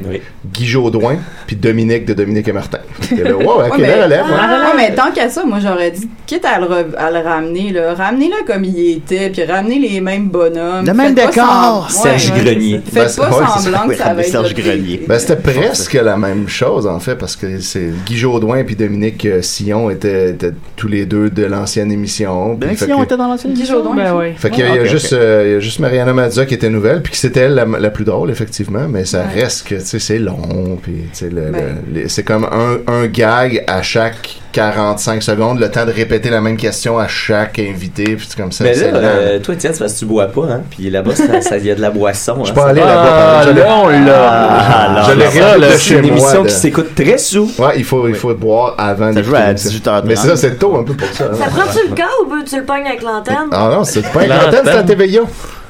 G: Guy Jodoin, puis Dominique de Dominique et Martin. Et là, wow, ok,
L: Ouais, mais-
G: la relève. ouais.
L: Ah, ouais, mais tant qu'à ça, moi j'aurais dit, quitte à le, re- à le ramener, là, ramenez-le comme il était, puis ramenez les mêmes bonhommes.
E: Le même
L: Faites pas
E: décor.
L: semblant- Ah, ouais, ouais.
I: Grenier.
L: Faites pas semblant que ça va être
E: Serge
L: le-
E: Grenier.
G: Ben, c'était presque la même chose, en fait, parce que c'est Guy Jodoin puis Dominique euh, Sillon étaient, étaient tous les deux de l'ancienne émission. Puis fait que-
E: dans l'ancienne
L: Guy Jodoin.
F: Ben oui.
G: Fait
L: Ah,
G: qu'il y a, il y a juste, euh, il y a juste Mariana Mazza qui était nouvelle, puis que c'était elle la, la plus drôle, effectivement, mais ça
L: Ouais.
G: reste que, tu sais, c'est long, puis, tu sais, le-
L: Ben.
G: le- les- c'est comme un, un gag à chaque 45 secondes, le temps de répéter la même question à chaque invité, puis c'est comme ça.
I: Mais
G: c'est
I: là,
G: lent.
I: euh, toi, Étienne, c'est parce que tu bois pas, hein? Puis là-bas, ça- ça- il y a de la boisson.
G: Je
I: hein,
G: peux
I: ça- Ah,
G: aller là-bas. Ah, Je l'ai-
N: Ah,
G: Je l'ai réécouté
I: C'est
G: chez
I: une
G: moi,
I: émission
G: de-
I: qui s'écoute très sous.
G: Ouais, il faut, il faut boire avant de.
E: à 18h30.
G: Mais c'est ça, c'est tôt un peu pour ça. hein.
K: Ça prend-tu le cas ou peux- tu le pognes avec l'antenne?
G: Ah non, c'est pas une antenne, c'est la TVIA.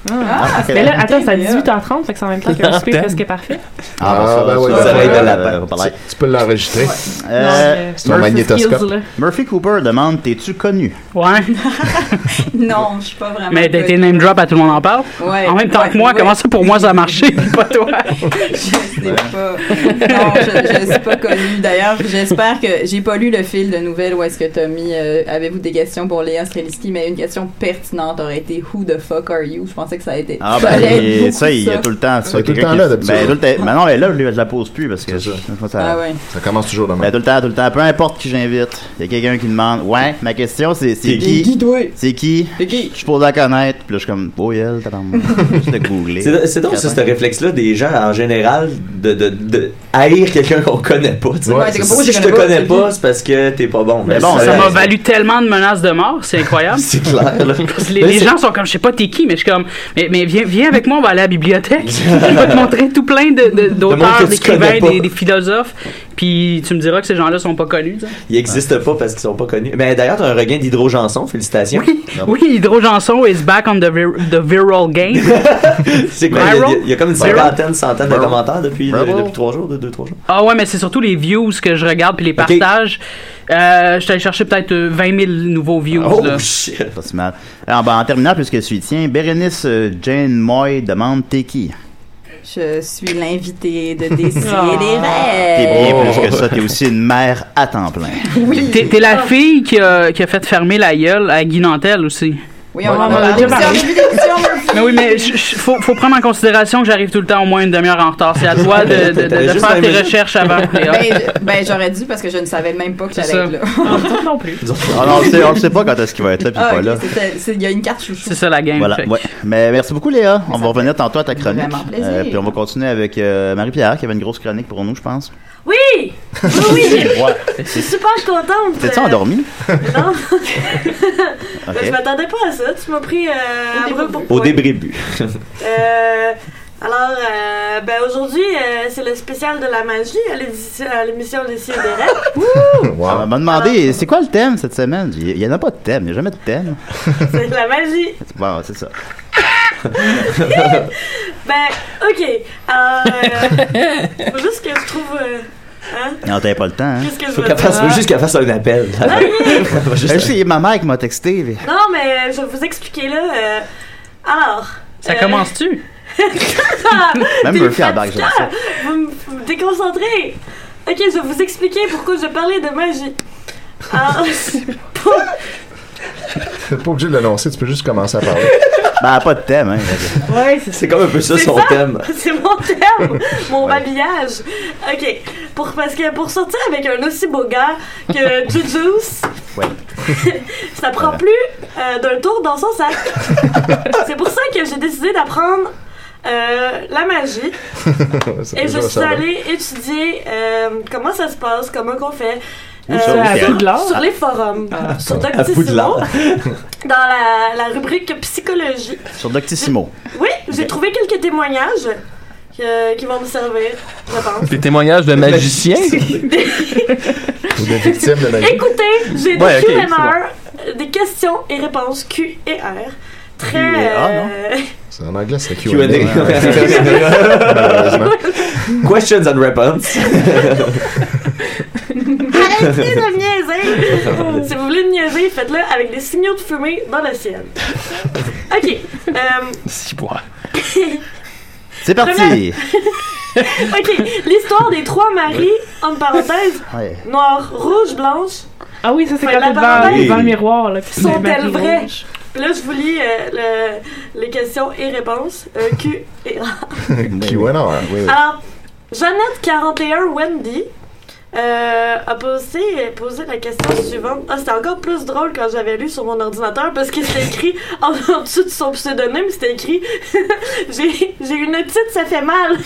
F: Ah, mais là, attends, c'est à 18h30, fait que c'est en même temps que le souper
E: Antenne.
F: presque parfait.
G: Ah, ben oui,
E: ça,
G: ben,
E: ça,
G: ben,
E: euh,
G: ben,
E: on parlait.
G: Tu peux l'enregistrer.
E: Euh,
G: C'est un magnétoscope.
E: Murphy Cooper demande T'es-tu connu
N: Ouais.
L: Non, je suis pas vraiment.
N: Mais t'as été name drop à tout le monde en parle.
L: Ouais,
N: en même temps
L: ouais,
N: que moi,
L: ouais.
N: comment ça pour moi ça a marché puis pas toi?
L: je sais pas. Non, je, je suis pas connue. D'ailleurs, j'espère que j'ai pas lu le fil de nouvelles où est-ce que Tommy euh, avez-vous des questions pour Léa Streliski, mais une question pertinente aurait été Who the fuck are you? Je pensais que ça a été.
E: Ah
L: ça
E: ben
L: allait être
E: il-
L: beaucoup
E: ça, il y a tout le temps
G: Il y
E: ça.
G: a tout le
E: quelqu'un
G: temps
E: qui-
G: là, d'habitude.
E: Ben, tout le temps- mais non, mais là, je je la pose plus parce que je- moi, ça,
L: Ah ouais.
G: Ça commence toujours demain.
E: Ben, tout le temps, tout le temps. Peu importe qui j'invite, il y a quelqu'un qui demande Ouais, ma question c'est c'est qui C'est qui Je suis posé à connaître. Puis là, je suis comme Oh, elle, t'as Juste de googler.
I: C'est c'est drôle, ça, ce réflexe-là des gens en général de, de, de haïr quelqu'un qu'on connaît pas. tu sais.
E: Ouais, c'est comme, pourquoi
I: si
E: je
I: je te
E: connais
I: connais
E: pas,
I: pas, c'est parce que t'es pas bon.
E: Mais bon,
N: ça m'a valu tellement de menaces de mort, c'est incroyable.
I: C'est clair, là.
N: Les, les gens sont comme, je sais pas t'es qui, mais je suis comme, mais, mais viens, viens avec moi, on va aller à la bibliothèque. je vais te montrer tout plein de- de-
I: Le monde que
N: d'auteurs,
I: tu connais
N: d'écrivains,
I: pas.
N: des, des philosophes, puis tu me diras que ces gens-là sont pas connus. tu sais.
I: Ils existent pas parce qu'ils sont pas connus. Mais d'ailleurs, t'as un regain d'hydrogenson, félicitations.
N: Oui, Hydro Janson is back on the, vir- the viral game.
I: C'est quoi? Il y a- il y, a- il y a comme une
N: Viral?
I: cinquantaine, centaine de
N: Viral?
I: commentaires depuis,
N: Viral?
I: depuis trois jours, deux, deux, trois jours.
N: Ah ouais, mais c'est surtout les views que je regarde puis les partages. Euh, je suis allé chercher peut-être euh, 20 000 nouveaux views.
I: Oh,
N: là.
E: C'est Oh, Pas si mal. Alors, ben, en terminant, puisque tu y tiens, Bérénice euh, Jane Moy demande T'es qui
L: Je suis l'invité de
N: Ah.
L: dessiner des
E: T'es bien
L: rêves.
E: plus que ça, t'es aussi une mère à temps plein.
N: T'es t'es la fille qui a, qui a fait fermer la gueule à Guy Nantel aussi.
L: Oui, on en a
N: en a
L: parlé.
N: déjà
L: C'est en
N: parlé.
L: début d'émission, Murphy.
N: Mais oui, mais je- je- faut, faut prendre en considération que j'arrive tout le temps au moins une demi-heure en retard. C'est à toi de, de- de- de
I: T'avais juste
N: faire
I: vingt
N: tes
I: minutes.
N: recherches avant.
L: Ben, je- ben, j'aurais dû parce que je ne savais même pas que
N: C'est
L: j'allais être là.
N: non plus.
E: Ah non, on le sait- on ne sait pas quand est-ce qu'il va être là, puis
L: Ah,
E: pas
L: ok,
E: là.
L: c'était- c'est- Il y a une carte chouchou.
N: C'est ça la game.
E: Voilà,
N: fait que-
E: ouais. Mais merci beaucoup Léa. On va revenir tantôt à ta chronique.
L: vraiment plaisir.
E: Euh, puis on va continuer avec euh, Marie-Pierre qui avait une grosse chronique pour nous, je pense.
K: Oui! Oui, oui, j'ai-
E: Ouais.
K: je suis super contente.
E: T'es-tu
K: Euh,
E: endormi?
K: Non.
E: Ok.
K: Ben, je m'attendais pas à ça. Tu m'as pris euh, à brûle pour
I: Au
K: point.
I: début.
K: Euh, alors, euh, ben aujourd'hui, euh, c'est le spécial de la magie à l'édition- à l'émission des Ciels des Rêves.
E: On m'a
K: Ah.
E: demandé, c'est quoi le thème cette semaine? Il n'y en a pas de thème, il n'y a jamais de thème.
K: C'est de la magie.
E: bon, c'est ça.
K: Ben, ok. Alors, euh, faut juste que je trouve. euh, hein?
E: Non, t'avais pas le temps, hein?
K: Qu'est-ce que je
I: Faut
K: veux
I: qu'elle fasse,
K: dire?
I: faut juste qu'elle fasse un appel.
E: Juste... C'est ma mère qui m'a texté. puis-
K: Non, mais je vais vous expliquer là. euh, alors,
N: Ça
K: Euh,
N: commence-tu?
E: Même
K: T'es
E: Murphy embarque, j'ai
K: fatigant. Vous me vous me déconcentrez. Ok, je vais vous expliquer pourquoi je parlais de magie. Alors, pour-
G: T'es pas obligé de l'annoncer, tu peux juste commencer à parler.
E: Ben, pas de thème, hein.
K: Ouais,
I: c'est comme un peu ça
K: C'est
I: son thème.
K: C'est mon thème, mon babillage. Ok, pour, parce que pour sortir avec un aussi beau gars que Juju's,
E: Ouais.
K: ça prend plus euh, d'un tour dans son sac. c'est pour ça que j'ai décidé d'apprendre euh, la magie.
G: C'est
K: Et je
G: déjà
K: suis
G: ça, là.
K: allée étudier euh, comment ça se passe, comment qu'on fait. euh,
G: Où ça, où ça?
K: sur,
G: Poudlard?
K: sur les forums, Ah, sur
E: Ah. À
K: Doctissimo,
E: Poudlard.
K: dans la, la rubrique psychologie.
E: Sur Doctissimo.
K: Oui, j'ai trouvé quelques témoignages euh, qui vont me servir, je pense.
H: Des témoignages de magiciens.
G: Ou de victimes de magie.
K: Écoutez, j'ai des
H: Ouais, ok,
K: Q&A, des questions et réponses Q et R. Très.
G: Q&A, non?
K: euh,
G: C'est en anglais, c'est Q&A.
I: Q&A.
G: Malheureusement.
I: Questions and responses.
K: Arrêtez de me niaiser! si vous voulez me niaiser, faites-le avec des signaux de fumée dans le ciel. Ok. euh,
H: Si, bois.
E: C'est parti!
K: ok. L'histoire des trois maris, entre parenthèses,
E: Ouais.
K: noire, rouge, blanche.
F: Ah oui, ça c'est
K: Fait
F: quand
K: la
F: t'es devant,
K: parenthèse-
F: devant le miroir. Là, puis c'est
K: Sont-elles
F: Marie
K: vraies?
F: Rouge.
K: Puis là, je vous lis euh, le- les questions et réponses. euh, Q et A.
G: Q&A, oui.
K: Alors, Jeannette41 Wendy euh, a posé, a posé la question suivante. Ah, c'était encore plus drôle quand j'avais lu sur mon ordinateur parce que c'était écrit en, en dessous de son pseudonyme, c'était écrit J'ai j'ai une petite, ça fait mal.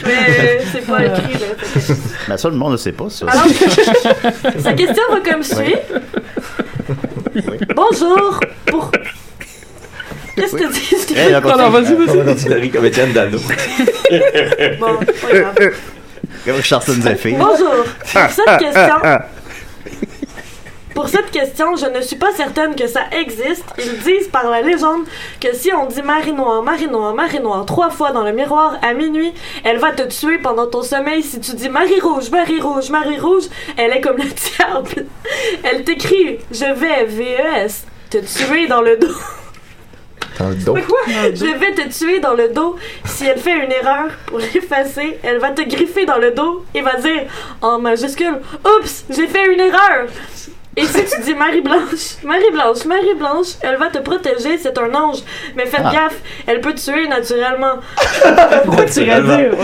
K: Mais euh, c'est pas écrit, là.
E: Ben, ça, le monde ne sait pas,
K: Ah,
E: ça.
K: Sa question va comme suit. Bonjour. Pour... Qu'est-ce que tu
I: Eh,
K: dis?
I: vas-y. comme Étienne Dano.
K: Bon, pas grave.
E: Comme Charlton Zephyr.
K: Bonjour.
E: Ah,
K: Cette
E: ah,
K: question-
E: ah,
K: Pour cette question, je ne suis pas certaine que ça existe. Ils disent par la légende que si on dit Marie Noire, Marie Noire, Marie Noire trois fois dans le miroir à minuit, elle va te tuer pendant ton sommeil. Si tu dis Marie Rouge, Marie Rouge, Marie Rouge, elle est comme le diable. Elle t'écrit Je vais, VES, te tuer dans le dos.
G: Dans le dos.
K: Mais quoi? Je vais te tuer dans le dos. Si elle fait une erreur, pour l'effacer, elle va te griffer dans le dos et va dire en majuscule Oups, j'ai fait une erreur. Et si tu dis Marie-Blanche, Marie-Blanche, Marie-Blanche, elle va te protéger, c'est un ange. Mais faites
G: Ah.
K: gaffe, elle peut te tuer naturellement.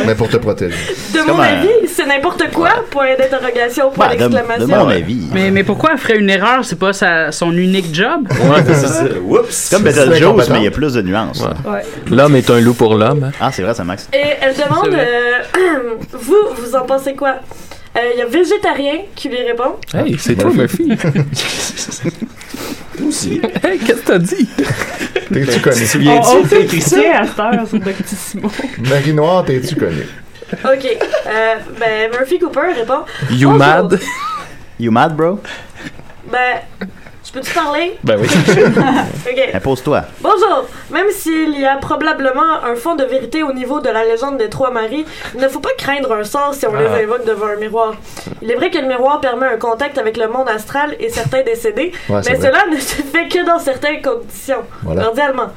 G: Mais pour te protéger.
K: De mon
G: comme un- Bah,
K: avis, c'est n'importe quoi, point d'interrogation, point d'exclamation.
N: Mais, mais pourquoi elle ferait une erreur? C'est pas sa, son unique job?
E: Ouais, c'est ça.
I: Oups!
E: Comme
H: C'est
E: Battle Jones,
H: incompétent.
E: mais il y a plus de nuances.
K: Ouais.
H: L'homme est un loup pour l'homme.
E: Ah, c'est vrai, ça, Max.
K: Et elle demande
E: C'est
K: euh, Vous, vous en pensez quoi Euh, Il y a végétarien qui lui répond
I: Ah.
H: Hey, c'est toi, Murphy.
I: Aussi.
H: Hey, qu'est-ce que t'as dit? Oh,
G: T'es-tu connu?
F: On, on fait écouter à cette heure sur Doctissimo.
G: Marie Noire, t'es-tu connu?
K: Ok. Euh, ben, Murphy Cooper répond
E: You
K: Bonjour.
E: mad? You mad, bro?
K: Ben, je peux-tu parler
E: Ben oui. Ben,
K: Ok.
E: Impose-toi.
K: Bonjour! Même s'il y a probablement un fond de vérité au niveau de la légende des trois maris, il ne faut pas craindre un sort si on
F: Ah.
K: les invoque devant un miroir. Il est vrai que le miroir permet un contact avec le monde astral et certains décédés,
I: Ouais, c'est
K: mais
I: vrai.
K: cela ne se fait que dans certaines conditions,
I: Voilà.
K: cordialement.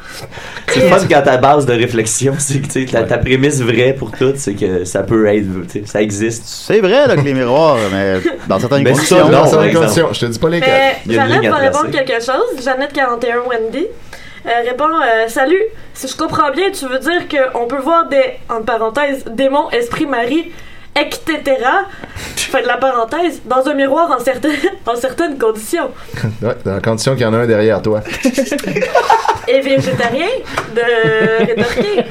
I: C'est le fun quand ta base de réflexion, c'est que tu sais, ta, ta prémisse vraie pour tout, c'est que ça peut être, tu sais, ça existe.
E: C'est vrai, là, que les miroirs, mais dans certaines
I: Mais
E: conditions.
I: ça, non,
E: par
I: dans certaines
E: exemple.
I: conditions.
G: Je te dis pas les
K: Mais
G: quatre.
K: Jeannette va répondre quelque chose. Jeannette 41 Wendy euh, répond euh, Salut, si je comprends bien, tu veux dire qu'on peut voir des, en parenthèse, démons, esprits, Marie, etc., je fais de la parenthèse, dans un miroir en certaines, en certaines conditions.
G: Ouais, dans la condition qu'il y en a un derrière toi.
K: Et végétarien de rétorquer.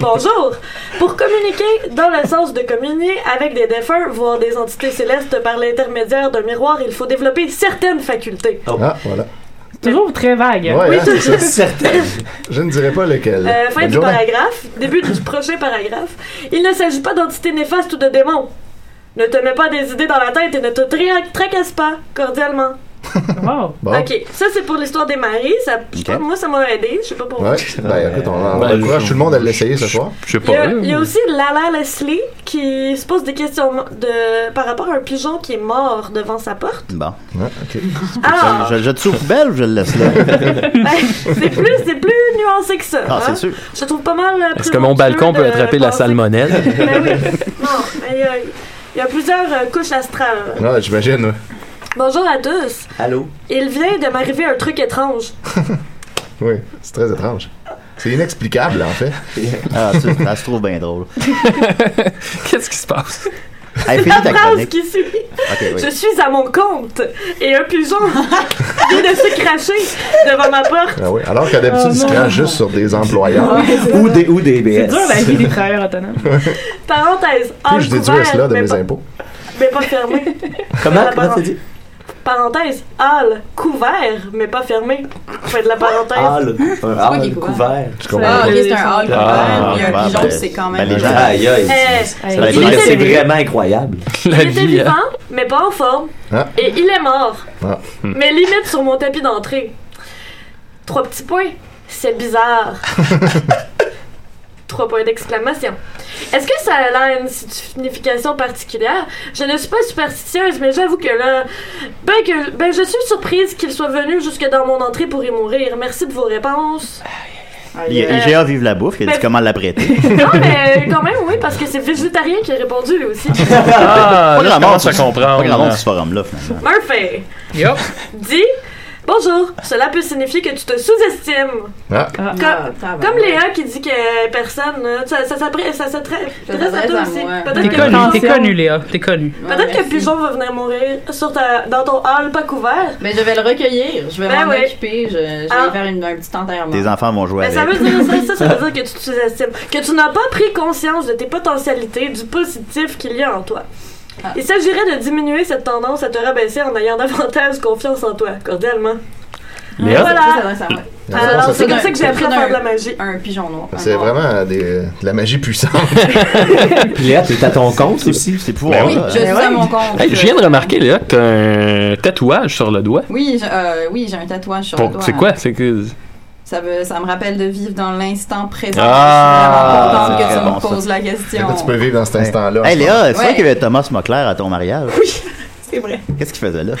K: Bonjour. Pour communiquer dans le sens de communier avec des défunts, voire des entités célestes par l'intermédiaire d'un miroir, il faut développer certaines facultés.
I: Oh.
G: Ah, voilà.
F: Toujours très vague.
G: Ouais, hein, c'est ça. Je ne dirais pas lequel.
K: Euh, fin
G: Bonne
K: du
G: journée.
K: paragraphe, début du prochain paragraphe. Il ne s'agit pas d'entités néfastes ou de démons. Ne te mets pas des idées dans la tête et ne te tra- tracasse pas, cordialement.
F: Wow.
G: Bon.
K: Ok, ça c'est pour l'histoire des maris. Ça, je sais pas,
G: Ok.
K: moi ça m'a aidé, je sais pas pourquoi.
G: Ouais, ben écoute, on, on
H: Ben,
G: encourage
H: je-
G: tout le monde à l'essayer ce soir.
H: Je sais
K: Il y, a, il y a aussi Lala Leslie qui se pose des questions de, par rapport à un pigeon qui est mort devant sa porte.
E: Bon.
G: ok.
K: Ah!
E: Je, je le jette sous poubelle ou je le laisse là?
K: C'est plus, c'est plus nuancé que ça.
E: Ah, c'est
K: hein.
E: sûr.
K: Je le trouve pas mal. euh,
H: Est-ce que mon
K: présomptueux
H: balcon peut
K: de
H: attraper la
K: penser-
H: salmonelle?
K: Ben oui. Non, mais il y a- il y, a plusieurs euh, couches astrales.
G: Ouais, Ah, j'imagine. ouais.
K: Bonjour à tous.
I: Allô?
K: Il vient de m'arriver un truc étrange.
G: Oui, c'est très étrange. C'est inexplicable, en fait.
E: ah, ça, ça se trouve bien drôle.
H: Qu'est-ce qui se passe?
G: Ah,
E: Hey,
K: La
E: finis ta
K: phrase
E: chronique.
K: qui suit.
E: Ok, oui.
K: Je suis à mon compte et un pigeon vient de se cracher devant ma porte.
G: Ah oui, Alors que d'habitude,
K: Oh
G: ils se
K: non.
G: crachent juste sur des employeurs.
K: Ouais, c'est
I: ou, des, ou des
F: C'est
I: BS.
F: dur la vie des travailleurs autonomes.
K: Parenthèse. hors
G: Puis je déduis
K: couvert,
G: cela de
K: mais
G: mes
K: pas-
G: impôts.
K: Mais pas fermé.
I: Comment, comment t'as dit?
K: Parenthèse. Hall couvert, mais pas fermé. Fait de la parenthèse.
I: Ah, le, un
K: quoi qui est
I: hall
K: couvert?
I: couvert.
K: Je comprends. Ah, ok, c'est un hall couvert,
L: puis un pigeon, c'est quand même-
I: Ben, les gens-
L: Ouais.
I: aïe, aïe.
K: Eh,
I: Ça
K: eh,
I: veut
K: il
I: dire que
K: était-
I: c'est vraiment incroyable.
K: Il était vivant, mais pas en forme.
I: Ah.
K: Et il est mort.
G: Ah.
I: Mm.
K: Mais limite sur mon tapis d'entrée. Trois petits points. C'est bizarre. Trois points d'exclamation. Est-ce que ça a une signification particulière? Je ne suis pas superstitieuse, mais j'avoue que là, ben, que, ben je suis surprise qu'il soit venu jusque dans mon entrée pour y mourir. Merci de vos réponses.
E: Il y a
K: Euh,
E: IGA Vive la bouffe, il a dit
K: mais-
E: comment l'apprêter.
K: non, mais quand même, oui, parce que c'est végétarien qui a répondu lui aussi.
H: Ah,
E: pas grand
H: là, je commence
E: monde sur-
H: à comprendre.
E: Pas grand monde sur ce forum-là, finalement.
K: Murphy!
H: Yup.
K: Dis Bonjour, cela peut signifier que tu te sous-estimes.
G: Ah.
K: Comme, comme Léa qui dit que personne. là, Ça, ça, s'appre- ça, s'attra- s'adresse à
L: s'adresse
K: toi
L: à
K: aussi.
L: moi.
K: Peut-être
N: T'es
K: que,
N: connu, t'es connu, Léa. T'es connu.
K: peut-être que Pigeon va venir mourir sur ta, dans ton hall pas couvert.
L: Mais je vais le recueillir, je vais
K: Ben
L: m'en
K: oui.
L: occuper, je, je vais
K: Ah.
L: faire une, un petit enterrement.
E: Tes enfants vont jouer
K: Mais Ben, ça veut
E: avec.
K: dire ça, ça, ça veut dire que tu te sous-estimes. Que tu n'as pas pris conscience de tes potentialités, du positif qu'il y a en toi. Il s'agirait de diminuer cette tendance à te rabaisser en ayant davantage confiance en toi, cordialement.
G: Léa?
L: Ça
K: Voilà.
L: s'adresse à moi.
G: Ah,
K: Alors,
G: ça,
K: c'est comme
G: c'est-
K: ça que j'ai appris à
L: D'un-
K: faire de la magie.
L: Un pigeon noir.
G: C'est vraiment des- de la magie puissante.
I: Puis Léa, t'es à ton compte aussi. Ben
E: C'est
G: pour
H: Ben oui,
L: Je suis à mon compte.
H: Hey, je viens de remarquer, Léa, que t'as un tatouage sur le doigt.
L: Oui, je- euh, oui, j'ai un tatouage sur le
H: Pour-
L: doigt.
H: C'est quoi? C'est que...
L: Ça, veut- ça me rappelle de vivre dans l'instant présent.
E: Ah,
L: je suis
E: c'est
L: vraiment contente que
E: bon,
L: tu me poses
E: ça.
L: la question.
G: Tu peux vivre dans cet instant-là.
E: Hey Léa, c'est
L: Ouais.
E: vrai qu'il y avait Thomas Moclair à ton mariage.
L: Oui, c'est vrai.
E: Qu'est-ce qu'il faisait là?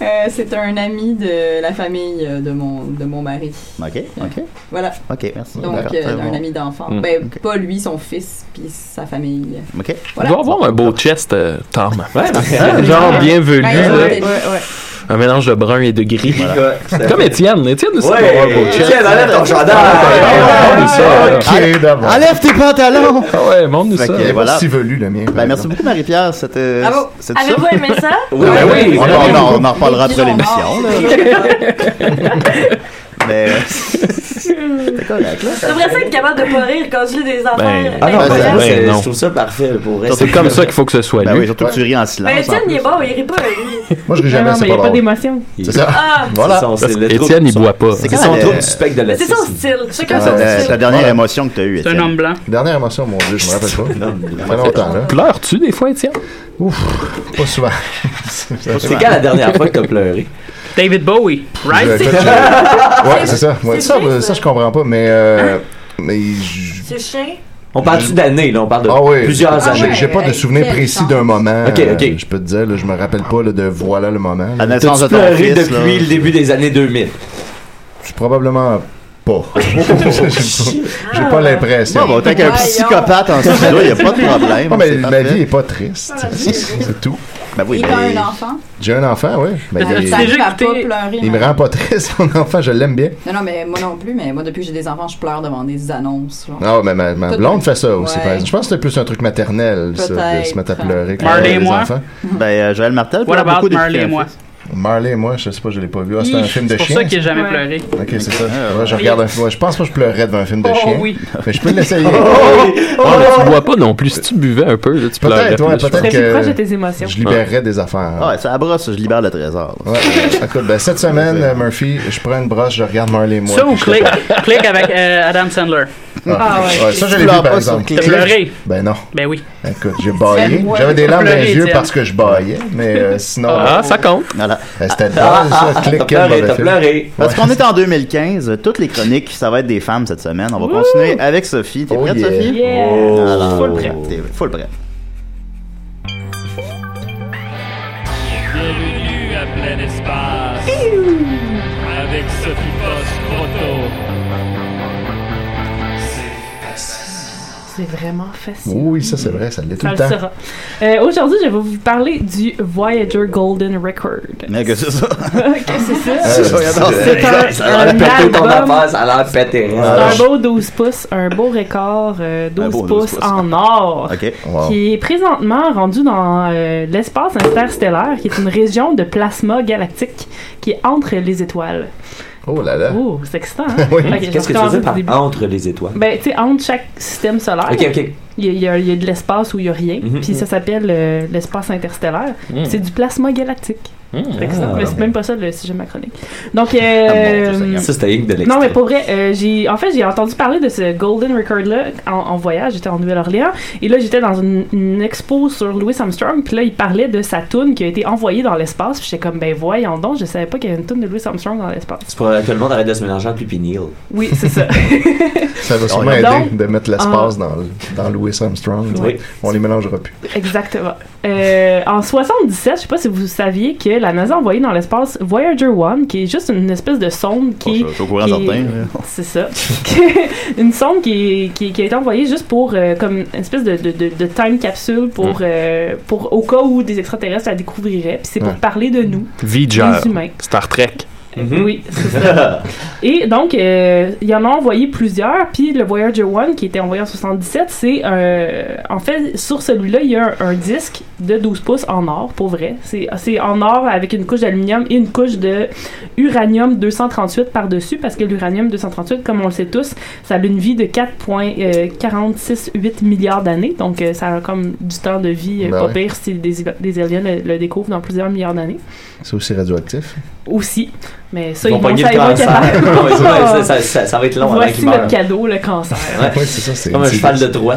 L: Euh, c'est un ami de la famille euh, de mon, de mon mari.
E: Ok, ok.
L: Voilà.
E: Ok, merci.
L: Donc,
E: D'accord,
L: euh,
E: très
L: un
E: bon.
L: ami d'enfant.
H: Mm.
L: Ben, pas lui, son fils, puis sa famille.
E: Ok.
H: Il doit avoir un beau chest, euh, Tom.
I: ben,
H: Hein,
L: ouais.
H: genre bien velu,
L: Ouais,
H: là.
L: Ben, ouais, ouais.
H: un mélange de brun et de gris.
I: Voilà.
H: Comme Étienne. Étienne aussi
I: Ouais.
H: doit avoir un beau chest.
I: Étienne, enlève ton chandail.
H: Montre-nous ça.
G: Ok, d'abord.
E: Enlève tes pantalons!
H: Ah ouais, montre-nous
E: Fait
H: ça.
E: que, voilà.
G: Si velu, le mien.
E: Ben, merci beaucoup, Marie-Pierre. C'était.
L: Bravo.
E: c'était ça?
K: Avez-vous aimé ça?
E: Oui,
G: ben oui,
E: On,
G: oui,
E: en-
G: oui.
E: on en- on en reparlera
L: Les
E: après l'émission.
L: pigeons
E: là. Mais. euh, C'est correct, là.
K: J'aimerais ça être capable de pas rire quand je lis des affaires.
I: Ah non,
E: Ben,
I: ben,
E: ben,
I: moi, c'est-
H: ben, non.
I: je trouve ça parfait pour vrai.
H: C'est comme ça qu'il faut que ce soit
E: Ben oui,
H: lui.
E: surtout que tu ris en
K: Mais
E: silence. en
K: Étienne, il
E: plus.
K: est bon, il rit pas, lui.
G: Moi, je ris
F: Non,
G: jamais,
F: non, mais
G: c'est
F: il n'y
G: pas
F: a pas
G: drôle.
F: d'émotion.
G: C'est ça.
K: Ah!
G: Voilà.
H: Étienne, il boit pas.
E: C'est
I: C'est
E: quand
I: son
E: la-
I: trouble du spectre de
K: Mais C'est
I: l'autisme.
K: son style. Chacun
E: la-
K: son
E: la- ta
K: style.
E: dernière
G: Voilà.
E: émotion que tu as eue,
N: C'est un
E: Étienne.
N: homme blanc.
G: Dernière émotion, mon Dieu, je me rappelle pas. Ça fait longtemps, là.
H: Pleures-tu des fois, Étienne?
G: Pas souvent.
I: C'est quand la dernière fois que t'as pleuré?
N: David Bowie, right?
G: Je- Euh, Ouais, c'est ça. Ouais,
K: c'est
G: ça,
K: vrai,
G: euh,
K: ça. Hein?
G: ça, je comprends pas, mais. euh, Mais je-
K: C'est chien.
I: On parle-tu d'années, là? On parle de
G: Ah oui.
I: plusieurs
G: J'ai-
I: années.
G: J'ai pas
K: euh,
G: de
L: Hey,
G: souvenir
L: quelle
G: précis
L: chance.
G: d'un moment.
I: Ok, ok.
G: euh, Je peux te dire, là, je me rappelle pas là, de voilà le moment. là.
E: À la naissance de
I: T'as-tu
E: ton
I: pleuré
E: fils, là.
I: depuis le début des années 2000?
G: Je- Probablement pas. J'ai pas- j'ai pas l'impression.
E: Bon, ben, autant qu'un
L: Ah. Voyons.
E: psychopathe en studio, il n'y a pas de problème.
G: Non, mais
E: c'est
G: ma
E: parfait.
G: vie est pas triste. C'est- C'est tout.
E: Ben oui,
L: Ah, Il a
E: ben,
L: un enfant. Ah,
G: J'ai un enfant, oui. Mais
N: T'as-
G: Ben, il,
N: t'as-
L: Ça
N: déjà
L: arrive à pas
N: écouté-
L: pleurer.
G: il me
L: mais-
G: rend pas triste, mon enfant. Je l'aime bien.
L: Non, non, mais moi non plus, mais moi, depuis que j'ai des enfants, je pleure devant des annonces. genre.
G: Ah, mais ma, ma
L: Tout-
G: blonde fait ça aussi.
L: Ouais.
G: par exemple. Je pense que c'était plus un truc maternel, ça, de se
L: Peut-être.
G: mettre à pleurer quand
N: Marley
G: on a des
N: et moi.
G: enfants.
E: ben, euh, Joël Martel,
N: What
E: pleure beaucoup
N: about
E: depuis
N: Marley et
E: qu'il a un
N: moi?
E: fils.
G: Marley et moi, je sais pas, je l'ai pas vu. Ah, c'était un film de
N: C'est pour
G: chien.
N: ça qu'il n'a jamais
F: Ouais.
N: pleuré.
G: Ok, c'est ça.
H: Ah,
G: Ouais, je regarde un film. Ouais, je pense pas que je pleurerais devant un film de
N: Oh,
G: chien.
N: oui.
G: Mais je peux l'essayer.
H: Ah, mais tu bois pas non plus. Si tu buvais un peu, là, tu pleurais
G: Peut-être, ouais,
H: plus. je
G: peut-être
F: Très plus proche de
G: que
F: tes émotions.
G: je libérerais des affaires.
E: Ah, ouais, ça brosse, je libère le trésor. là.
G: Ouais, euh, écoute, ben, cette semaine, euh, Murphy, je prends une brosse, je regarde Marley et moi.
N: Ça ou
G: puis je te
N: Click? Click avec euh, Adam Sandler.
G: Ah, ouais. Ouais, ça, je l'ai vu,
N: Pleure
G: par
N: pas
G: exemple.
N: sur Click. T'as pleuré?
G: Ben non.
N: Ben oui.
G: Écoute, j'ai baillé.
N: Ouais.
G: J'avais des larmes dans les
N: Pleurer,
G: yeux
N: Étienne.
G: parce que je baillais, mais euh, sinon.
E: Ah,
G: euh,
E: ça compte.
G: euh, C'était drôle,
E: Ah, ah,
G: ça.
E: ah,
G: Click,
E: t'as
G: quel
E: pleuré,
G: mauvais
E: t'as
G: film.
E: pleuré. Parce
G: Ouais.
E: qu'on est en 2015, toutes les chroniques, ça va être des femmes cette semaine. On va continuer avec Sophie. T'es prête,
G: yeah.
E: Sophie?
G: Oh Yeah.
E: Alors,
G: Full
E: prête.
G: prête.
E: T'es full prête.
M: Bienvenue à plein espace avec Sophie Post Proto.
F: C'est vraiment facile.
G: Oui, ça, c'est vrai, ça l'est tout le
F: Ça le
G: temps.
F: sera. Euh, Aujourd'hui, je vais vous parler du Voyager Golden Record.
E: Mais que c'est ça.
F: Qu'est-ce que c'est
I: Euh,
F: ça?
E: C'est ça, regarde.
F: C'est un-
I: Ça a l'air
F: un
I: pété ton
F: album.
I: affaire, ça a l'air pété.
F: C'est un beau 12 pouces, un beau record euh, 12,
I: Un beau 12
F: pouces,
I: pouces.
F: en or.
E: OK.
F: Qui est présentement rendu dans euh, l'espace interstellaire, qui est une région de plasma galactique qui est entre les étoiles.
G: Oh là là.
F: Oh, c'est excitant. hein?
I: Oui.
F: Ok, je vais
I: Qu'est-ce que tu
F: recommencer
I: veux
F: du
I: dire
F: début.
I: par entre les étoiles?
F: Ben, tu sais, entre chaque système solaire,
I: Ok, ok.
F: Il, y a, il y a- il y a de l'espace où il n'y a rien,
I: Mhm.
F: puis ça s'appelle euh, l'espace interstellaire.
I: Mm.
F: Puis C'est du plasma galactique.
I: Mm.
F: C'est excellent.
I: Ah.
F: Mais c'est même pas ça le sujet de ma chronique. Donc, euh,
I: Ça, c'était rien que de l'extrait.
F: non, mais pour vrai, euh, j'ai, en fait, j'ai entendu parler de ce Golden Record-là en, en voyage. J'étais en Nouvelle-Orléans. Et là, j'étais dans une, une expo sur Louis Armstrong. Puis là, il parlait de sa toune qui a été envoyée dans l'espace. Puis j'étais comme, ben voyons donc, je savais pas qu'il y avait une toune de Louis Armstrong dans l'espace.
I: C'est pour euh, que le monde arrête de se mélanger en plus Neal.
F: Oui, c'est ça.
G: Ça va sûrement
F: Donc,
G: aider de mettre l'espace
F: euh,
G: dans, le- dans Louis Armstrong.
F: Oui.
G: On les mélangera plus.
F: Exactement. Euh, en 77, je sais pas si vous saviez que la NASA a envoyé dans l'espace Voyager 1, qui est juste une espèce de sonde qui.
E: Oh, je- je suis au courant
F: qui-
E: certain, là.
F: C'est ça. Que- une sonde qui, qui, qui a été envoyée juste pour euh, comme une espèce de, de, de, de time capsule pour,
E: Hmm.
F: euh, pour au cas où des extraterrestres la découvriraient. Puis c'est pour
H: Ouais.
F: parler de nous.
H: Viger.
F: Les humains.
H: Star Trek.
F: Oui, c'est ça. Et donc, euh, il y en a envoyé plusieurs, puis le Voyager 1 qui était envoyé en 77, c'est euh, en fait, sur celui-là, il y a un, un disque de 12 pouces en or, pour vrai. C'est c'est en or avec une couche d'aluminium et une couche de uranium 238 par-dessus, parce que l'uranium 238, comme on le sait tous, ça a une vie de 4,468 milliards d'années, donc euh, ça a comme du temps de vie, euh,
G: Ben
F: pas
G: ouais.
F: pire si des, des aliens le- le découvrent dans plusieurs milliards d'années
G: C'est aussi radioactif.
F: aussi. Mais ça,
G: Ils
F: ils,
G: vont
F: vont
G: pogner le
F: savoir
G: cancer.
F: qu'il y a-
I: Ouais, c'est vrai, ça- ça- ça- ça va être long avant
F: Voici
I: qu'ils meurent.
F: notre cadeau, le cancer.
I: Ouais,
G: c'est ça, c'est
I: comme un
G: c'est
I: cheval de
G: juste.
I: droit.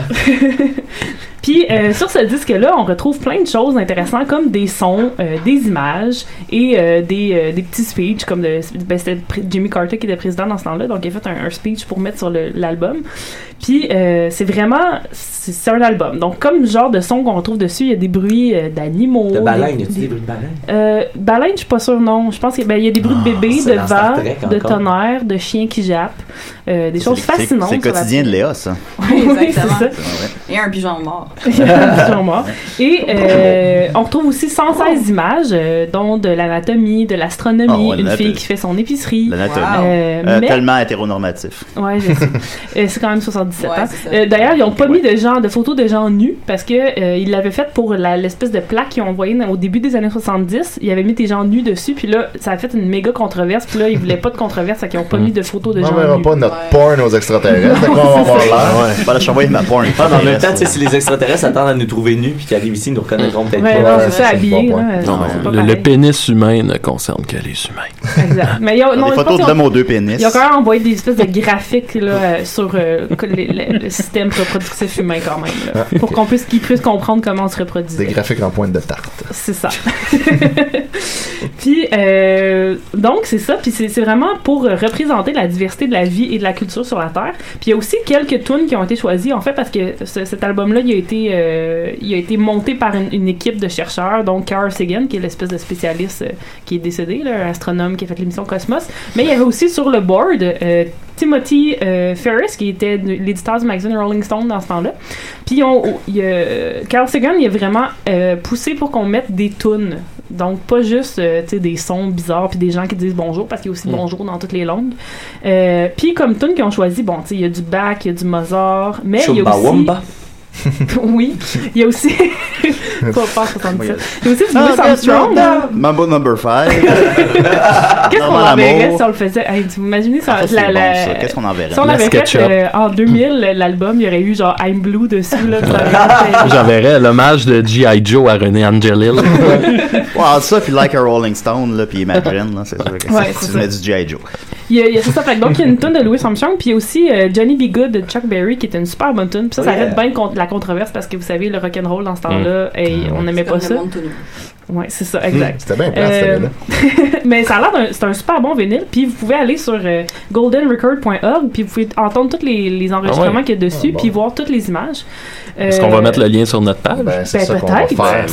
F: Puis euh, sur ce disque-là, on retrouve plein de choses intéressantes comme des sons, euh, des images et euh, des, euh, des petits speeches comme le, ben, c'était pr- Jimmy Carter qui était président dans ce temps-là, donc il a fait un, un speech pour mettre sur le- l'album. Puis euh, c'est vraiment c'est c'est un album. Donc comme genre de son qu'on retrouve dessus, il y a des bruits euh, d'animaux,
I: De baleine,
F: des-
I: y a-tu
F: des-
I: des bruits de baleine?
F: Euh, baleine, je suis pas sûre, non. Je pense qu'il ben, il y a des bruits de bébés,
I: Ah, c'est
F: de
I: dans Star
F: vent,
I: Trek
F: de
I: encore.
F: tonnerre, de chiens qui jappent, euh, des choses
E: C'est- c'est-
F: fascinantes.
E: C'est le
F: sur la-
E: quotidien de Léa, ça.
F: Oui,
L: Exactement.
F: c'est ça.
L: Et un pigeon mort.
F: Pigeon mort. Et euh, on retrouve aussi
L: Oh.
F: 116 images, euh, dont de l'anatomie, de l'astronomie,
E: Oh,
F: une
E: l'anatomie.
F: fille qui fait son épicerie.
E: L'anatomie.
F: Euh,
E: Euh,
F: mais-
E: Tellement hétéronormatif.
F: Ouais, je sais. Euh, c'est quand même 77
L: Ouais,
F: ans.
L: c'est ça.
F: Euh, D'ailleurs, ils n'ont pas mis de, gens, de photos de gens nus parce que euh, ils l'avaient fait pour la- l'espèce de plaque qu'ils ont envoyée dans- au début des années 70. Ils avaient mis des gens nus dessus, puis là, ça a fait une méga controverse. Puis là, ils voulaient pas de controverse, fait qu'ils n'ont pas mis de photos de
G: On
F: gens
G: verra
F: nus.
G: pas notre porn aux extraterrestres. De quoi on va avoir l'air?
E: Ouais. Voilà, je t'envoie ma porn.
I: Ah, mais en même temps, tu sais, si les extraterrestres attendent à nous trouver nus puis qu'ils arrivent ici, ils nous reconnaîtront peut-être
F: Ouais,
I: pas. euh,
F: non, c'est ça, habillé. là,
H: Non,
F: Euh, c'est pas
H: le,
F: pareil.
H: le pénis humain ne concerne que les humains.
F: Exact. Mais ils ont- non, je pense qu'ils ont-
E: pénis.
F: Ils ont quand même envoyé des espèces de graphiques là, euh, sur euh, que les- le, le système reproductif humain quand même, là,
G: Ah,
F: pour qu'on puisse qu'ils puissent comprendre comment on se reproduit.
G: Des graphiques en pointe de tarte.
F: C'est ça. Puis, euh, donc, c'est ça. Puis, c'est c'est vraiment pour euh, représenter la diversité de la vie et de la culture sur la Terre. Puis, il y a aussi quelques tunes qui ont été choisies, en fait, parce que ce- cet album-là, il, a été, euh, il a été monté par une, une équipe de chercheurs, donc Carl Sagan, qui est l'espèce de spécialiste euh, qui est décédé, là, un astronome qui a fait l'émission Cosmos. Mais il y avait aussi sur le board euh, Timothy euh, Ferris, qui était de- l'éditeur du magazine Rolling Stone dans ce temps-là. Puis on, oh, il y a- Carl Sagan, il a vraiment euh, poussé pour qu'on mette des tunes. Donc pas juste euh, tu sais, des sons bizarres puis des gens qui disent bonjour parce qu'il y a aussi
K: Mm.
F: bonjour dans toutes les langues. Euh, puis comme tunes qu'ils ont choisi, bon, tu sais, il y a du Bach, il y a du Mozart, mais il y a aussi
I: Chumbawamba.
F: oui, il y a aussi pas pas 77. Il y a aussi du
E: Ah,
F: Louis
E: bien
F: Armstrong.
E: sûr,
F: là.
E: Mambo number 5.
F: Qu'est-ce qu'on
E: Normal
F: enverrait
E: Amour.
F: si on le faisait Hey, Vous imaginez ça,
E: Ah, ça,
F: la-
E: c'est
F: la-
E: bon, ça. Qu'est-ce qu'on enverrait?
F: Si on
E: La
F: avait fait
H: SketchUp.
F: euh, en 2000 l'album, il y aurait eu genre I'm Blue dessus là. ça aurait
E: Ah.
F: été-
H: J'enverrais l'hommage de G.I. Joe à René Angelil.
E: Wow, ça, puis Like a Rolling Stone, là, puis Imagine, là, c'est sûr que
F: Ouais,
E: ça,
F: c'est
E: tu
F: ça.
E: mets du G.I. Joe.
F: Il y a, il y a c'est ça. Fait que donc, il y a une tune de Louis Armstrong, puis il y a aussi euh, Johnny B. Good de Chuck Berry, qui est une super bonne tune. Puis ça, ça
I: Yeah.
F: arrête bien contre la controverse parce que vous savez, le rock'n'roll dans ce
I: Mm.
F: temps-là, hey, on n'aimait
L: C'est
F: pas
L: comme
F: ça.
L: le monde tout nu.
F: Ouais, c'est ça, exact. Euh,
G: Mm, c'était bien plate, celle-là.
F: mais ça a l'air d'un, c'est un super bon vinyle. Puis vous pouvez aller sur euh, goldenrecord.org, puis vous pouvez entendre tous les, les enregistrements
H: Ah ouais.
F: qu'il y a dessus,
H: Ah, bon.
F: puis voir toutes les images.
H: Est-ce
F: Euh,
H: qu'on va mettre le lien sur notre page?
F: ben, peut-être. C'est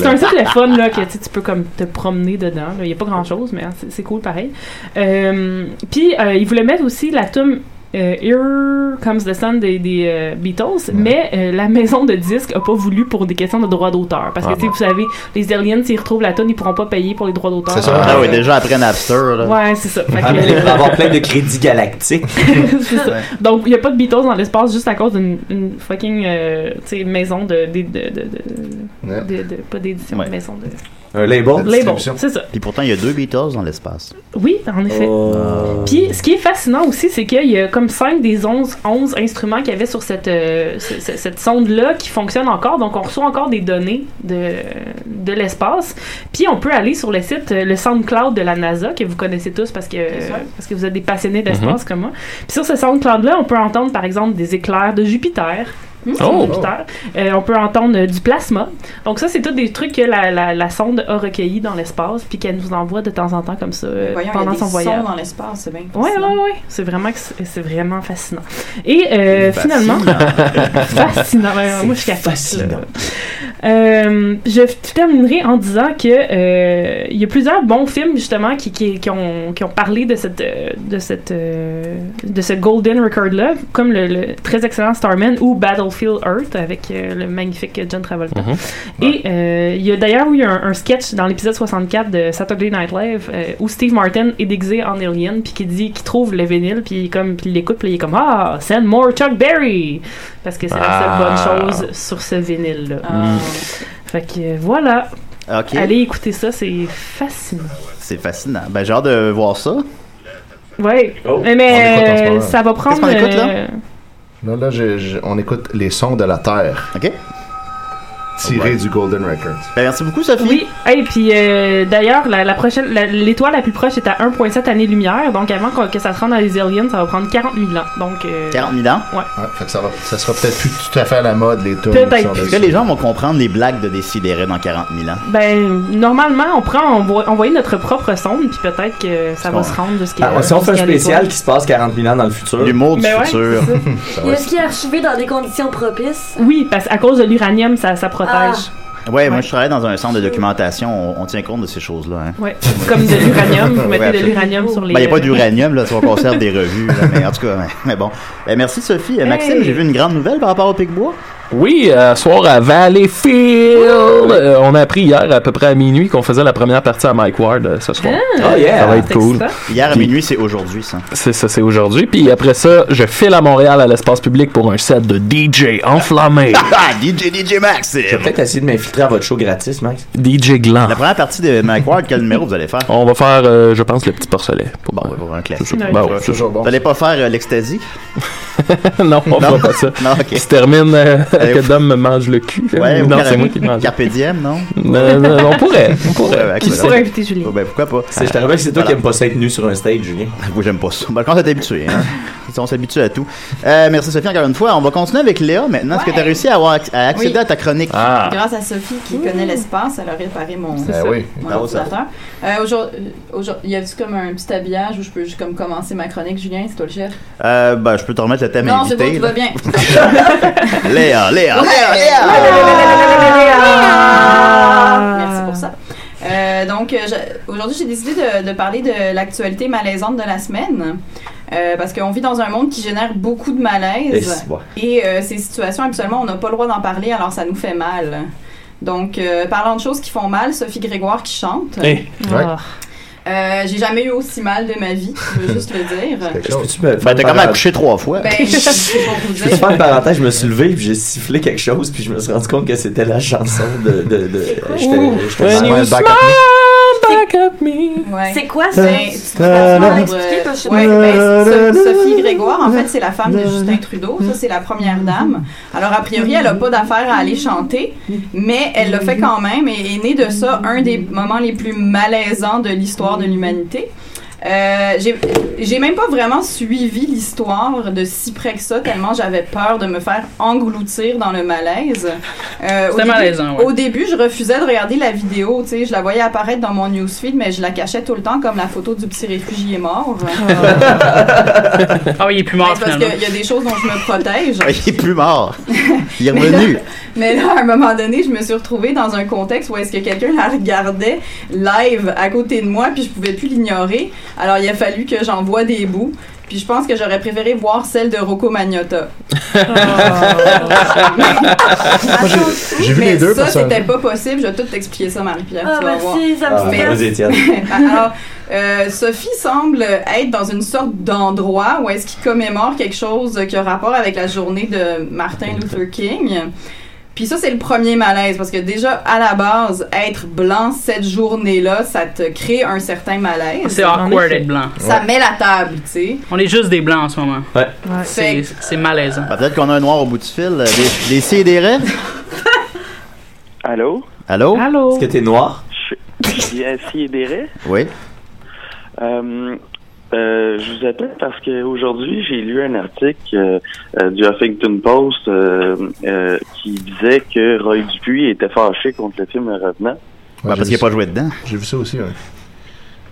F: un site le fun là, que tu sais, tu peux comme te promener dedans. là. Il n'y a pas grand-chose, mais hein, c'est- c'est cool pareil. Euh, Puis, euh, ils voulaient mettre aussi la tune euh, Here Comes the Sun des, des, euh, Beatles, mais euh, la maison de disques n'a pas voulu pour des questions de droits d'auteur. Parce que,
E: Ah
F: tu sais, vous savez, les aliens, s'ils retrouvent la tune, ils pourront pas payer pour les droits d'auteur.
E: Ah oui, déjà après Napster. Là.
F: Ouais, c'est ça. Fait que-
I: Ah, mais il va avoir plein de crédits galactiques.
F: C'est ça. Donc, il n'y a pas de Beatles dans l'espace juste à cause d'une une fucking euh, tu sais, maison de. de, de, de, de-
E: Ouais.
F: de- de- pas d'édition,
E: Ouais.
F: maison de.
I: Un label.
F: Label, c'est ça.
E: Puis pourtant, il y a deux Beatles dans l'espace.
F: Oui, en effet.
H: Oh.
F: Puis, ce qui est fascinant aussi, c'est qu'il y a comme 5 des 11, 11 instruments qu'il y avait sur cette, euh, ce- ce- cette sonde-là qui fonctionnent encore. Donc, on reçoit encore des données de, de l'espace. Puis, on peut aller sur le site, euh, le SoundCloud de la NASA, que vous connaissez tous parce que, parce que vous êtes des passionnés d'espace
H: Mhm.
F: comme moi. Puis, sur ce SoundCloud-là, on peut entendre, par exemple, des éclairs de Jupiter. sur
H: Oh!
F: Jupiter. Euh, on peut entendre euh, du plasma. Donc ça, c'est tout des trucs que la, la- la sonde a recueillis dans l'espace puis qu'elle nous envoie de temps en temps comme ça euh,
L: Voyons, il y a
F: pendant
L: des
F: son
L: sons
F: voyage.
L: dans l'espace, c'est bien.
F: Ouais, ouais, ouais. C'est vraiment, que c'est c'est vraiment fascinant. Et euh,
L: Fascinant.
F: finalement, fascinant. Ouais, ouais, moi, je suis capable. là. Euh, je f- terminerai en disant que euh, il y a plusieurs bons films justement qui, qui, qui ont, qui ont parlé de cette euh, de cette euh, de ce golden record là, comme le, le très excellent Starman ou Battlefield Earth avec euh, le magnifique John Travolta.
H: Mhm.
F: Et euh, il y a d'ailleurs eu un, un sketch dans l'épisode 64 de Saturday Night Live euh, où Steve Martin est déguisé en alien puis qui dit qu'il trouve le vinyle puis il est comme puis il l'écoute puis il est comme ah send more Chuck Berry parce que c'est la
H: Ah.
F: seule bonne chose sur ce vinyle là.
K: Ah.
H: Mm.
F: Fait que euh, voilà.
E: Ok.
F: Allez écouter ça, c'est fascinant.
E: C'est fascinant. Ben, j'ai hâte de voir ça.
F: Ouais.
E: Oh. On écoute
F: mais
E: en ce
F: mais
E: moment.
F: euh, ça va prendre.
E: Qu'est-ce qu'on écoute, là?
F: euh,
G: Là, là j'ai- j'ai- on écoute les sons de la Terre.
E: OK. Ben,
G: Tirés du Golden Record.
E: merci beaucoup, Sophie.
F: Oui, et puis euh, d'ailleurs, la, la prochaine, la- l'étoile la, plus proche est à 1,7 années-lumière, donc avant qu'on- que ça se rende dans les aliens, ça va prendre 40 000 ans. Donc, euh,
E: 40 000 ans.
F: Ouais.
E: fait que ça, sera peut-être plus tout à fait à la mode, les tunes.
F: Peut-être qui sont plus.
E: Est-ce que les gens vont comprendre les blagues de Décideret dans 40 000 ans?
F: ben, normalement, on prend, on va envoyer notre propre sonde, puis peut-être que ça va se rendre jusqu'à.
I: Ah, si on fait un
F: jusqu'à
I: spécial
F: l'étoile.
I: qui se passe 40 000 ans dans le futur.
E: L'humour
F: du Mais ouais, futur.
I: Ça
K: Et
I: va
K: Est-ce qu'il est archivé dans des conditions propices? Ah.
F: Oui, parce qu'à cause de l'uranium, ça, ça protège.
E: Ouais, moi je travaille dans un centre de documentation, on, on tient compte de ces choses-là. Hein.
F: Ouais, comme de l'uranium, vous
E: Ouais,
F: mettez de
E: absolument.
F: l'uranium sur les. euh,
E: Ben, il n'y a pas d'uranium, là, si on conserve des revues, là, mais en tout cas, ouais. mais bon. Ben, merci Sophie. Euh, Maxime,
H: Hey.
E: j'ai vu une grande nouvelle par rapport au Picbois.
H: Oui, euh, soir à Valleyfield. Euh, on a appris hier à peu près à minuit qu'on faisait la première partie à Mike Ward euh, ce soir.
E: Ah. Oh, yeah.
H: Ça va être
E: C'est
H: cool.
E: excitant. Hier à
H: Puis-
E: minuit, c'est aujourd'hui, ça.
H: C'est ça, c'est aujourd'hui. Puis après ça, je file à Montréal à l'espace public pour un set de DJ enflammé.
E: DJ, DJ Max! Je
I: vais peut-être essayer de m'infiltrer à votre show gratis, Max.
H: DJ Gland.
E: La première partie de Mike Ward, quel numéro vous allez faire?
H: On va faire, euh, je pense, le petit porcelet. Pour,
E: bon, pour un classique.
H: Ben, ouais, c'est ça.
E: Vous n'allez pas faire euh, l'ecstasy?
H: non, on fera pas ça.
E: Non, ok.
H: Qui se termine euh,
E: Allez,
H: que Dom me mange le cul.
E: Ouais, ou
H: non, c'est
E: Carpe-
H: moi qui mange.
E: Carpe diem, non?
H: Non, non, non, on pourrait, on pourrait.
E: Ouais, ouais,
H: Qui
E: ouais.
H: pourrait
F: inviter Julien?
E: Ouais, ben, pourquoi pas?
I: C'est- je te rappelle que c'est toi qui aimes pas ça être nu sur un stage, Julien.
E: Moi, j'aime pas ça. Ben, quand t'es habitué, hein. On s'habitue à tout. Euh, merci Sophie encore une fois. On va continuer avec Léa maintenant. Est-ce que tu as réussi à, avoir acc- à accéder
L: Oui.
E: à ta chronique?
I: Ah.
L: Grâce à Sophie qui connaît l'espace, elle a réparé mon,
E: C'est Ben ça. oui.
L: mon
E: Ah, ça.
L: ordinateur. Euh, aujourd'hui, aujourd'hui- il y a juste comme un petit habillage où je peux juste comme commencer ma chronique. Julien, c'est toi le chef.
E: Euh, ben, je peux te remettre le thème
L: non, c'est bon,
E: invité.
L: tout va bien.
E: là. Léa, Léa,
L: Ouais.
E: Léa, Léa!
L: Merci pour ça. Euh, donc, euh, je- aujourd'hui, j'ai décidé de, de parler de l'actualité malaisante de la semaine. euh, parce qu'on vit dans un monde qui génère beaucoup de
I: Et
L: malaise.
I: c'est- ouais.
L: Et euh, ces situations, habituellement, on n'a pas le droit d'en parler, alors ça nous fait mal. Donc, euh, parlant de choses qui font mal, Sophie Grégoire qui chante.
I: Hey. Ouais.
L: Euh, j'ai jamais eu aussi mal de ma vie, je veux juste le dire.
I: Ben,
E: t'as quand même accouché trois fois.
L: Ben, je- je vais vous
I: Je peux te
L: dire.
I: faire une parenthèse, je me suis levé puis j'ai sifflé quelque chose puis je me suis rendu compte que c'était la chanson de. de, de
M: Ouh.
I: Euh, j'étais- j'étais
M: When
I: dans
M: you
I: un back
M: smile.
K: C'est
M: Euh,
K: quoi ça?
L: Ben, tu peux facilement l'expliquer, parce que- Ouais, ben, So- Sophie Grégoire, en fait, c'est la femme de Justin Trudeau. Ça, c'est la première dame. Alors, a priori, elle n'a pas d'affaire à aller chanter, mais elle le fait quand même et est née de ça un des moments les plus malaisants de l'histoire de l'humanité. Euh, j'ai- j'ai même pas vraiment suivi l'histoire de si près que ça, tellement j'avais peur de me faire engloutir dans le malaise. Euh, au
N: C'était
L: début-
N: malaisant, ouais.
L: Au début, je refusais de regarder la vidéo, tu sais, je la voyais apparaître dans mon newsfeed, mais je la cachais tout le temps comme la photo du petit réfugié mort.
N: Ah oui, il est plus
L: Mais
N: mort
L: c'est parce
N: finalement.
L: qu'il y a des choses dont je me protège.
E: Ah, Il est plus mort. Il est revenu.
L: Mais là, à un moment donné, je me suis retrouvée dans un contexte où est-ce que quelqu'un la regardait live à côté de moi, puis je pouvais plus l'ignorer. Alors, il a fallu que j'envoie des bouts. Puis je pense que j'aurais préféré voir celle de Rocco Magnotta.
G: Moi, j'ai- j'ai vu
L: Mais
G: les deux
L: ça,
G: personnes.
L: c'était pas possible. Je vais tout t'expliquer ça, Marie-Pierre.
K: Ah,
L: tu vas
K: merci, ça
L: voir.
K: me Ah, fait. vas-y, Étienne.
L: Alors, euh, Sophie semble être dans une sorte d'endroit où est-ce qu'il commémore quelque chose qui a rapport avec la journée de Martin Luther King. Puis ça, c'est le premier malaise, parce que déjà, à la base, être blanc cette journée-là, ça te crée un certain malaise.
N: C'est awkward d'être blanc.
L: Ça met la table, tu sais.
N: On est juste des blancs en ce moment.
I: Ouais.
N: C'est c'est malaisant.
E: Ah, Peut-être qu'on a un noir au bout du fil. euh, Des, des si et des rêves.
O: Allô?
E: Allô?
F: Allô?
I: Est-ce que t'es noir?
O: Bien, si et des raies.
E: Oui.
O: Euh, euh, je vous appelle parce qu'aujourd'hui, j'ai lu un article euh, euh, du Huffington Post euh, euh, qui disait que Roy Dupuis était fâché contre le film Le Revenant.
E: Ouais, Bah, parce qu'il n'a pas joué dedans.
G: J'ai vu ça aussi. ouais.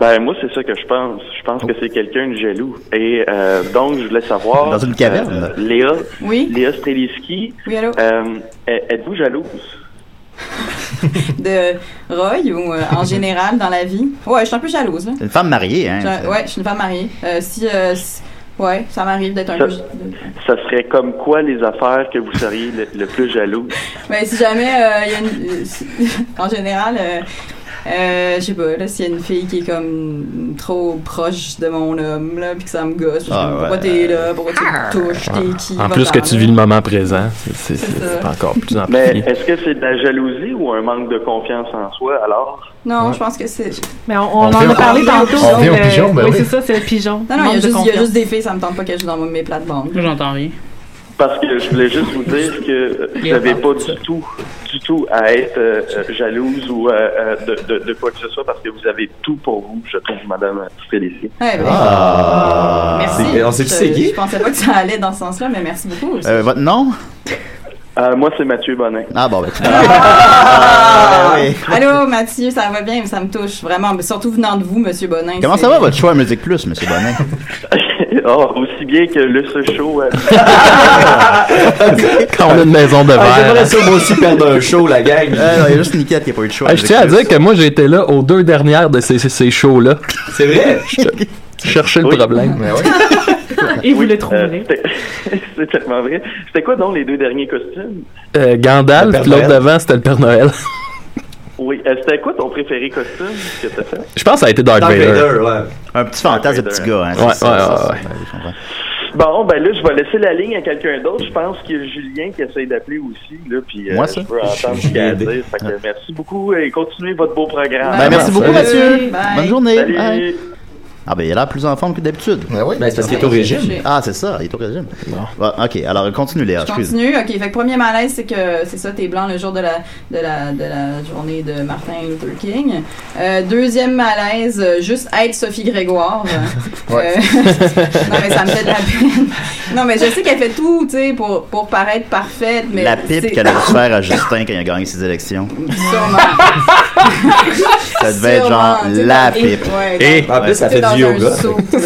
O: Ben, moi, c'est ça que je pense. Je pense que c'est quelqu'un de jaloux. Et euh, donc, je voulais savoir...
E: Dans une caverne.
O: euh, Léa,
L: oui?
O: Léa Streliski,
L: Oui, allô?
O: euh, e- êtes-vous jalouse?
L: De Roy ou euh, en général dans la vie. Ouais, je suis un peu jalouse. là.
E: C'est une femme mariée, hein.
L: Je- ouais, je suis une femme mariée. Euh, si, euh, si- Ouais, ça m'arrive d'être un
O: Ça,
L: peu...
O: ça serait comme quoi les affaires que vous seriez le, le plus jaloux?
L: Mais si jamais euh, il y a une. euh, si- en général, euh, euh, je sais pas, là, s'il y a une fille qui est comme trop proche de mon homme, là, puis que ça me gosse, je
H: Ah,
L: me dis,
H: ouais.
L: pourquoi t'es là, pourquoi tu me touches, t'es qui.
H: En
L: va
H: plus que
L: t'en
H: tu
L: aller.
H: vis le moment présent, c'est- c'est
L: C'est
H: c'est
L: ça.
H: encore plus
O: Mais
H: amplifié.
O: est-ce que c'est de la jalousie ou un manque de confiance en soi alors?
L: Non, je pense que c'est.
F: Mais on, on
O: On
F: en
O: vient
F: a
O: au-
F: parlé
O: on
F: tantôt.
O: vient
F: sur
O: au
F: le-
O: pigeon, ben oui.
F: c'est ça, c'est le pigeon.
L: Non, non, il y, a
F: Manque de
L: juste, il y a
F: confiance.
L: juste des filles, ça me tente pas qu'elles jouent dans mes plates-bandes.
N: J'entends rien.
O: Parce que je voulais juste vous dire que vous n'avez pas du tout, du tout à être euh, euh, jalouse ou euh, euh, de, de- de quoi que ce soit parce que vous avez tout pour vous, je trouve, Madame Félicie.
L: Ouais, ben, euh,
E: Ah.
L: merci.
E: C'est- on s'est
L: Je-
E: pissé, Guy?
L: Je pensais pas que ça allait dans ce sens-là, mais merci beaucoup.
E: Euh, votre nom?
O: Euh, moi, c'est Mathieu Bonin.
E: Ah, bon, ben. Ah,
L: Allô, Mathieu, ça va bien, ça me touche vraiment, mais surtout venant de vous, Monsieur Bonin.
E: Comment
L: ah, c'est-
E: ça va votre choix à Musique Plus, monsieur Bonnet?
O: oh, aussi bien que le ce show. euh,
H: Quand on a une maison de
I: Ah,
H: verre.
I: J'aimerais ça, moi aussi, perdre un show, la gang.
E: il y a juste Niquette qui n'a pas eu de show.
H: Ah, je tiens à dire que moi, j'ai été là aux deux dernières de ces, ces- ces shows-là.
I: C'est vrai?
H: Je cherchais le problème.
E: Ben
F: Et vous le
O: trouverez. euh, c'est tellement vrai. C'était quoi donc les deux derniers costumes?
H: Euh, Gandalf,
O: Père
H: puis l'autre
O: Noël.
H: d'avant, c'était le Père Noël.
O: Oui, euh, c'était quoi ton préféré costume que t'as fait?
H: Je pense que ça a été Darth
E: Darth
H: Vader.
E: Vader, ouais. Un petit fantasme de petit gars, hein. c'est
H: Ouais, ouais,
E: ça, ça,
H: ouais,
E: ça.
H: ouais.
O: Bon, ben là, je vais laisser la ligne à quelqu'un d'autre. Je pense qu'il y a Julien qui essaye d'appeler aussi. Là, puis, euh,
E: Moi, ça?
O: Je veux entendre ce qu'il y a à dire. Fait que merci beaucoup et continuez votre beau programme.
E: Ben, merci beaucoup, Mathieu.
O: Bye.
E: Bonne journée.
O: Salut.
E: Bye. Ah, ben il a l'air plus en forme que d'habitude.
G: oui.
L: Ben, c'est parce qu'il est au régime.
E: Ah, c'est ça, il est au régime. Ouais, ok, alors continue, Léa,
L: Je
E: excuse.
L: continue. OK, fait que premier malaise, c'est que c'est ça, t'es blanc le jour de la, de la, de la journée de Martin Luther King. Euh, deuxième malaise, euh, juste être Sophie Grégoire. Euh,
G: Ouais.
L: non, mais ça me fait de la peine. Non, mais je sais qu'elle fait tout, tu sais, pour, pour paraître parfaite, mais...
E: La pipe
L: c'est-
E: qu'elle a dû faire à Justin quand il a gagné ses élections.
L: Sûrement.
E: Ça devait être
L: Sûrement,
E: genre
L: tu sais,
E: la
L: dans-
E: pipe.
L: ouais,
E: Et-
L: dans-
E: En plus, ça
L: tu sais,
E: fait du
L: dans un
E: yoga.
L: saut, là.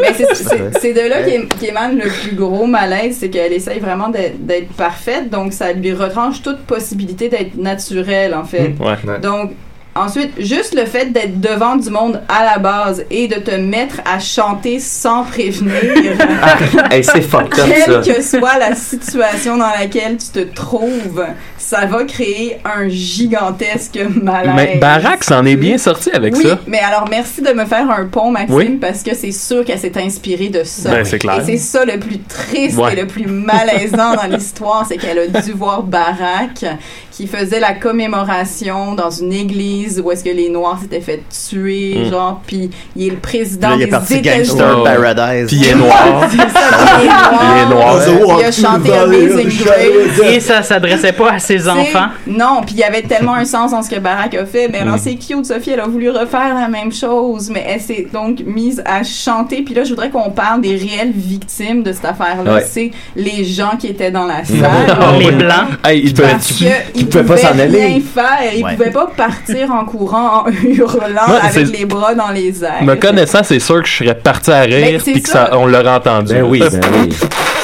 L: Mais c'est- c'est c'est de là qu'é- qu'émane le plus gros malaise, c'est qu'elle essaye vraiment d'être d'être parfaite, donc ça lui retranche toute possibilité d'être naturelle, en fait.
H: Mm, ouais. Ouais.
L: Donc, ensuite, juste le fait d'être devant du monde à la base et de te mettre à chanter sans prévenir,
I: Ah, Hey, c'est fucked up, ça.
L: quelle que soit la situation dans laquelle tu te trouves, ça va créer un gigantesque malaise.
H: Mais Barack s'en est bien sorti avec
L: oui,
H: ça.
L: mais alors merci de me faire un pont, Maxime,
H: Oui.
L: parce que c'est sûr qu'elle s'est inspirée de ça.
H: Ben, c'est clair.
L: Et c'est ça le plus triste
H: Ouais.
L: et le plus malaisant dans l'histoire, c'est qu'elle a dû voir Barack qui faisait la commémoration dans une église où est-ce que les Noirs s'étaient fait tuer,
E: Mm.
L: genre, puis il est le président
E: Là, il est
L: des
E: parti
L: États-Unis.
E: Gangster Paradise.
H: Oh. Puis il est noir.
L: C'est ça, puis il est noir.
H: Il est noir.
L: Il a chanté Amazing Grace.
N: Et ça s'adressait pas à ses ses
L: T'sais,
N: enfants.
L: Non, puis il y avait tellement un sens dans ce que Barack a fait. Mais alors, c'est cute, Sophie, elle a voulu refaire la même chose, mais elle s'est donc mise à chanter. Puis là, je voudrais qu'on parle des réelles victimes de cette affaire-là.
I: Ouais.
L: C'est les gens qui étaient dans
E: Mm.
L: la salle.
E: Ah,
I: Les blancs. Hey, ils pouvaient,
L: Parce qu'ils
I: ils
L: pouvaient
I: pouvaient pas s'en
L: rien
I: aller.
L: faire. Ils
H: Ouais.
L: pouvaient pas partir en courant, en hurlant,
H: Ouais, c'est-
L: avec les bras dans les airs.
H: Me connaissant, c'est sûr que je serais parti à
L: Ben,
H: rire
L: c'est
H: puis que
L: ça.
H: ça, on l'aurait entendu.
I: Ben oui, ben oui.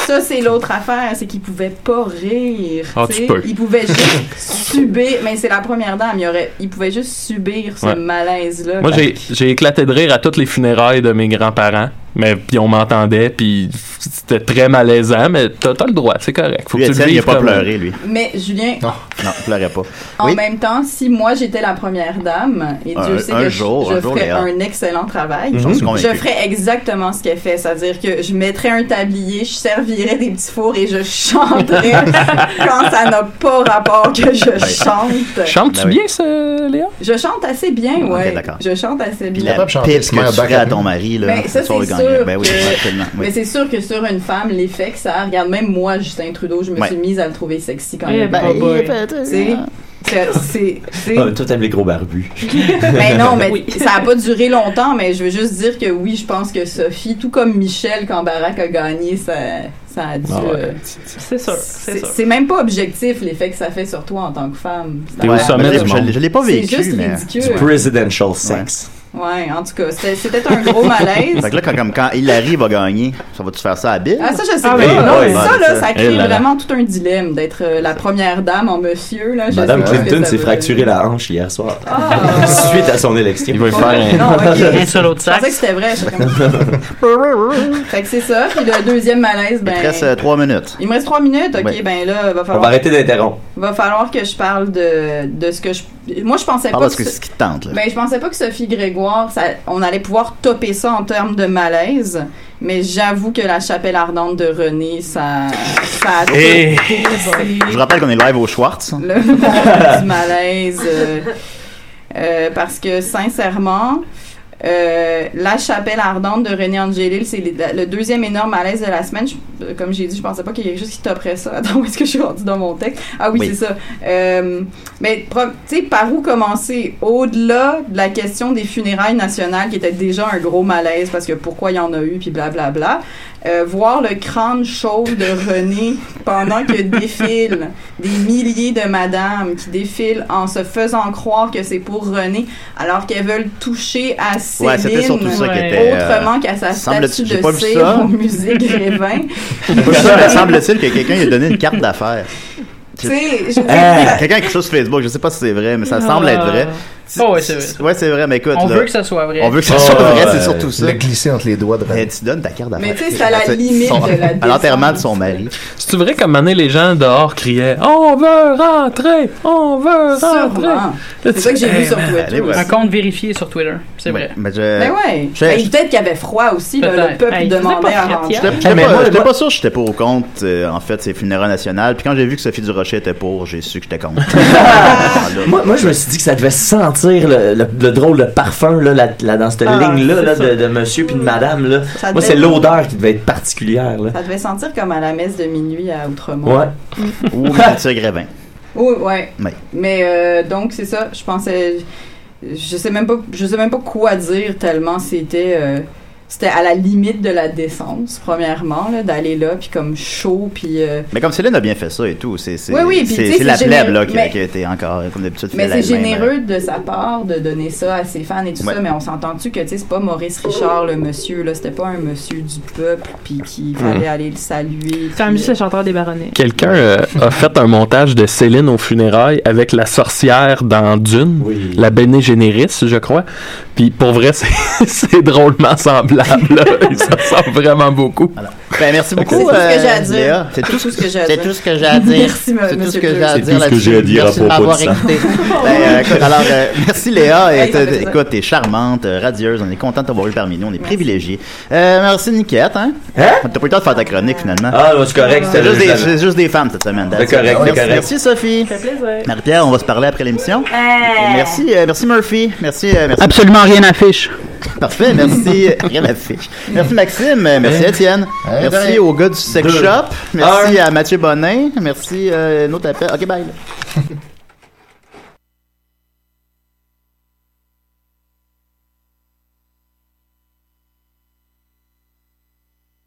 L: Ça, c'est l'autre affaire, c'est qu'ils pouvaient pas rire.
H: Ah,
L: tu
H: tu
L: sais.
H: peux.
L: Ils pouvaient juste subir, mais c'est la première dame, il y aurait, ils pouvaient juste subir ce
H: Ouais.
L: malaise-là.
H: Moi, j'ai j'ai éclaté de rire à toutes les funérailles de mes grands-parents. Mais puis on m'entendait, puis c'était très malaisant, mais t'as t'as le droit, c'est correct. Faut
E: Lui,
H: que tu le
E: Étienne, il a
H: vives
E: pas
H: comme-
E: pleuré, lui.
L: Mais Julien,
H: Ah.
E: Non, non, il pleurait pas.
L: en même temps, si moi j'étais la première dame, et
E: Un-
L: Dieu sait
E: un
L: que je-
E: jour,
L: je,
E: un jour,
L: ferais
E: Léa.
L: un excellent travail,
E: J'en suis
L: je
E: convaincu.
L: ferais exactement ce qu'elle fait, c'est-à-dire que je mettrais un tablier, je servirais des petits fours et je chanterais quand ça n'a pas rapport que je chante.
H: Chantes-tu
E: Ben oui.
H: bien, ça, Léa?
L: Je chante assez bien, ouais.
E: d'accord.
L: je chante assez
E: Puis
L: bien.
E: la pipe que tu ferais à ton mari, là,
L: Ben, ça,
E: ce soir,
L: c'est
E: le gagnant.
L: sûr
E: Ben oui,
L: que-
E: ouais, tellement, oui.
L: Mais c'est sûr que sur une femme, l'effet que ça a, regarde, même moi, Justin Trudeau, je me
E: Ouais.
L: suis mise à le trouver sexy quand
E: Eh
L: même.
E: ben,
L: pas
E: eh
L: boy. Tu sais, que c'est. c'est-
I: Ah, toi, t'aimes les gros barbus.
L: ben non, mais ça a pas duré longtemps, mais je veux juste dire que oui, je pense que Sophie, tout comme Michel, quand Barack a gagné, ça, ça a dû.
H: Ah ouais.
L: euh,
F: C'est sûr, c'est
L: c'est
F: sûr.
L: c'est même pas objectif l'effet que ça fait sur toi en tant que femme.
I: T'es au
L: Ouais.
I: sommet du monde.
E: Je l'ai pas
L: C'est
E: vécu,
L: juste
E: mais...
L: ridicule.
I: Du presidential sex.
L: Ouais, en tout cas, c'était c'était un gros malaise.
E: Fait que là, quand, comme quand Hillary va gagner, ça va-tu faire ça à Bill?
L: Ah, ça, je sais
E: Ah
L: pas.
E: oui,
L: Non,
E: oui,
L: mais
E: oui,
L: ça,
E: c'est
L: là,
E: ça.
L: ça crée
E: Eh là là.
L: vraiment tout un dilemme d'être euh, la première dame en monsieur. Là, je
I: Madame
L: sais pas ce que
I: Clinton
L: ça
I: s'est
L: veut.
I: fracturé la hanche hier soir. Suite à son élection. Il va
L: Non, ok.
N: solo de
L: Je pensais que c'était vrai. j'étais comme- fait que c'est ça. Puis le deuxième malaise,
E: Il
L: ben.
E: te reste euh, trois minutes.
L: Il me reste trois minutes. OK,
E: Ouais.
L: ben là, va
I: On
L: falloir.
I: va arrêter d'interrompre.
L: Va falloir que je parle de, de ce que je. Moi, je pensais
E: Ah,
L: pas
E: parce que
L: ce-
E: c'est ce qui te tente, là.
L: Ben, je pensais pas que Sophie Grégoire, ça- on allait pouvoir topper ça en termes de malaise, mais j'avoue que la chapelle ardente de René, ça, ça a tout
E: Et-
L: dépassé
E: Je rappelle qu'on est live au Schwartz. hein.
L: le monde du malaise. euh, euh, parce que, sincèrement, euh, la chapelle ardente de René Angélil, c'est les- la- le deuxième énorme malaise de la semaine. Je- euh, comme j'ai dit, je pensais pas qu'il y ait quelque chose qui toperait ça. Attends, où est-ce que je suis rendue dans mon texte? Ah oui,
E: Oui.
L: c'est ça. Euh, mais, pro- tu sais, par où commencer? Au-delà de la question des funérailles nationales, qui était déjà un gros malaise, parce que pourquoi il y en a eu, puis blablabla, bla, euh, voir le crâne chauve de René pendant que défilent des milliers de madames qui défilent en se faisant croire que c'est pour René, alors qu'elles veulent toucher à Céline,
E: Ouais, c'était surtout ça qui était, euh,
L: autrement qu'à sa
E: semble-t-
L: statue
E: j'ai
L: de
E: pas vu
L: cire
E: ça.
L: au musée Grévin.
E: Ça, semble-t-il que quelqu'un lui a donné une carte d'affaires.
L: Tu sais, je veux dire,
E: Ah, Quelqu'un a quelque chose sur Facebook, je sais pas si c'est vrai, mais ça semble être vrai.
N: Ah ouais, c'est vrai.
E: Ouais, c'est vrai, mais écoute,
N: On
E: là,
N: veut que ça soit vrai.
E: on veut que ça
G: Oh,
E: soit vrai,
G: euh,
E: c'est surtout ça.
G: le
E: glisser entre les doigts de Mais tu donnes ta carte d'affaires.
L: Mais tu sais, c'est à la limite
E: son-
L: de la
E: À l'enterrement de son mari.
H: C'est-tu vrai qu'à un moment donné, les gens dehors criaient On veut rentrer On veut rentrer
L: Sûrement. C'est ça que j'ai vu sur
N: ben,
L: Twitter.
E: allez voir.
N: Un compte vérifié sur Twitter, c'est vrai.
E: Mais je.
L: Ben ouais.
E: Euh, Je-
L: Ben, peut-être qu'il y avait froid aussi, là, le
N: Peut-être.
L: peuple
N: Hey, il faisait
L: demandait
N: pas
L: à
N: fret
L: rentrer.
N: hier.
E: J'étais
I: Eh, mais
E: pas,
I: moi,
E: j'étais
I: moi-
E: pas sûr que j'étais pas au compte, euh, en fait, c'est funérailles nationales. Puis quand j'ai vu que Sophie Durocher était pour, j'ai su que j'étais contre. Ah,
I: Moi, moi, je me suis dit que ça devait sentir le, le- le drôle de parfum là, là, là, dans cette
L: Ah,
I: ligne-là là,
L: c'est
I: de, de monsieur puis de madame. Là.
L: Ça
I: Moi,
L: devait-
I: c'est l'odeur qui devait être particulière. Là.
L: Ça devait sentir comme à la messe de minuit à Outremont.
I: Ouais.
E: Ou Mathieu Grévin.
L: Oui, ouais.
E: Oui.
L: Mais euh, donc c'est ça, je pensais je sais même pas je sais même pas quoi dire tellement c'était euh, c'était à la limite de la décence premièrement là, d'aller là puis comme chaud puis euh,
E: Mais comme Céline a bien fait ça et tout, c'est c'est
L: Oui, oui, puis tu sais,
E: c'est- c'est la
L: c'est
E: plèbe
L: généreux,
E: là, qui,
L: mais-
E: qui était encore, comme d'habitude,
L: mais
E: fidèle à
L: c'est
E: elle-même, euh,
L: généreux de sa part de donner ça à ses fans et tout
E: Ouais.
L: ça mais on s'entend-tu que tu sais c'est pas Maurice Richard le monsieur là c'était pas un monsieur du peuple puis qu'il fallait aller le saluer
F: C'est quand même
L: puis-
F: juste le chanteur des baronnets.
H: Quelqu'un euh, a fait un montage de Céline aux funérailles avec la sorcière dans Dune, la Bene Généris, je crois. Puis pour vrai, c'est c'est drôlement semblable. là. Ça ressemble vraiment beaucoup.
E: Ben, merci beaucoup.
L: C'est tout ce que
E: euh,
L: j'ai à dire.
E: Léa. C'est tout,
L: tout ce que j'ai à
E: c'est
L: dire.
E: tout ce que j'ai à dire.
L: Merci, m-
E: C'est tout ce
L: monsieur
E: que j'ai à
L: Dieu.
E: dire. là-dessus. Merci m'avoir écouté. Ben, euh, écoute, alors, euh, merci Léa. Et
L: Hey, ça
E: t'es-
L: fait plaisir.
E: écoute, t'es charmante, euh, radieuse. On est content de t'avoir eu parmi nous. On est privilégiés. Euh, merci Niquette. Hein? T'as pas eu le temps de faire ta chronique finalement.
I: Ah, non, c'est correct,
E: C'est
I: c'était
E: juste,
I: juste
E: des-
I: la-
E: c'est juste des femmes cette semaine.
I: C'est correct, c'est
E: Merci,
I: correct.
E: merci, Sophie. Marie-Pierre, on va se parler après l'émission. Et
N: Eh.
E: Merci, euh, merci Murphy. Merci, euh, merci.
N: Absolument rien affiche.
E: Parfait, merci. Rien à fiche. Merci Maxime, euh, merci
I: Hein?
E: Étienne,
I: Hein?
E: merci
I: Ben,
E: au gars du sex
I: deux.
E: shop, merci à Mathieu Bonin, merci euh, un autre appel. Ok, bye. là.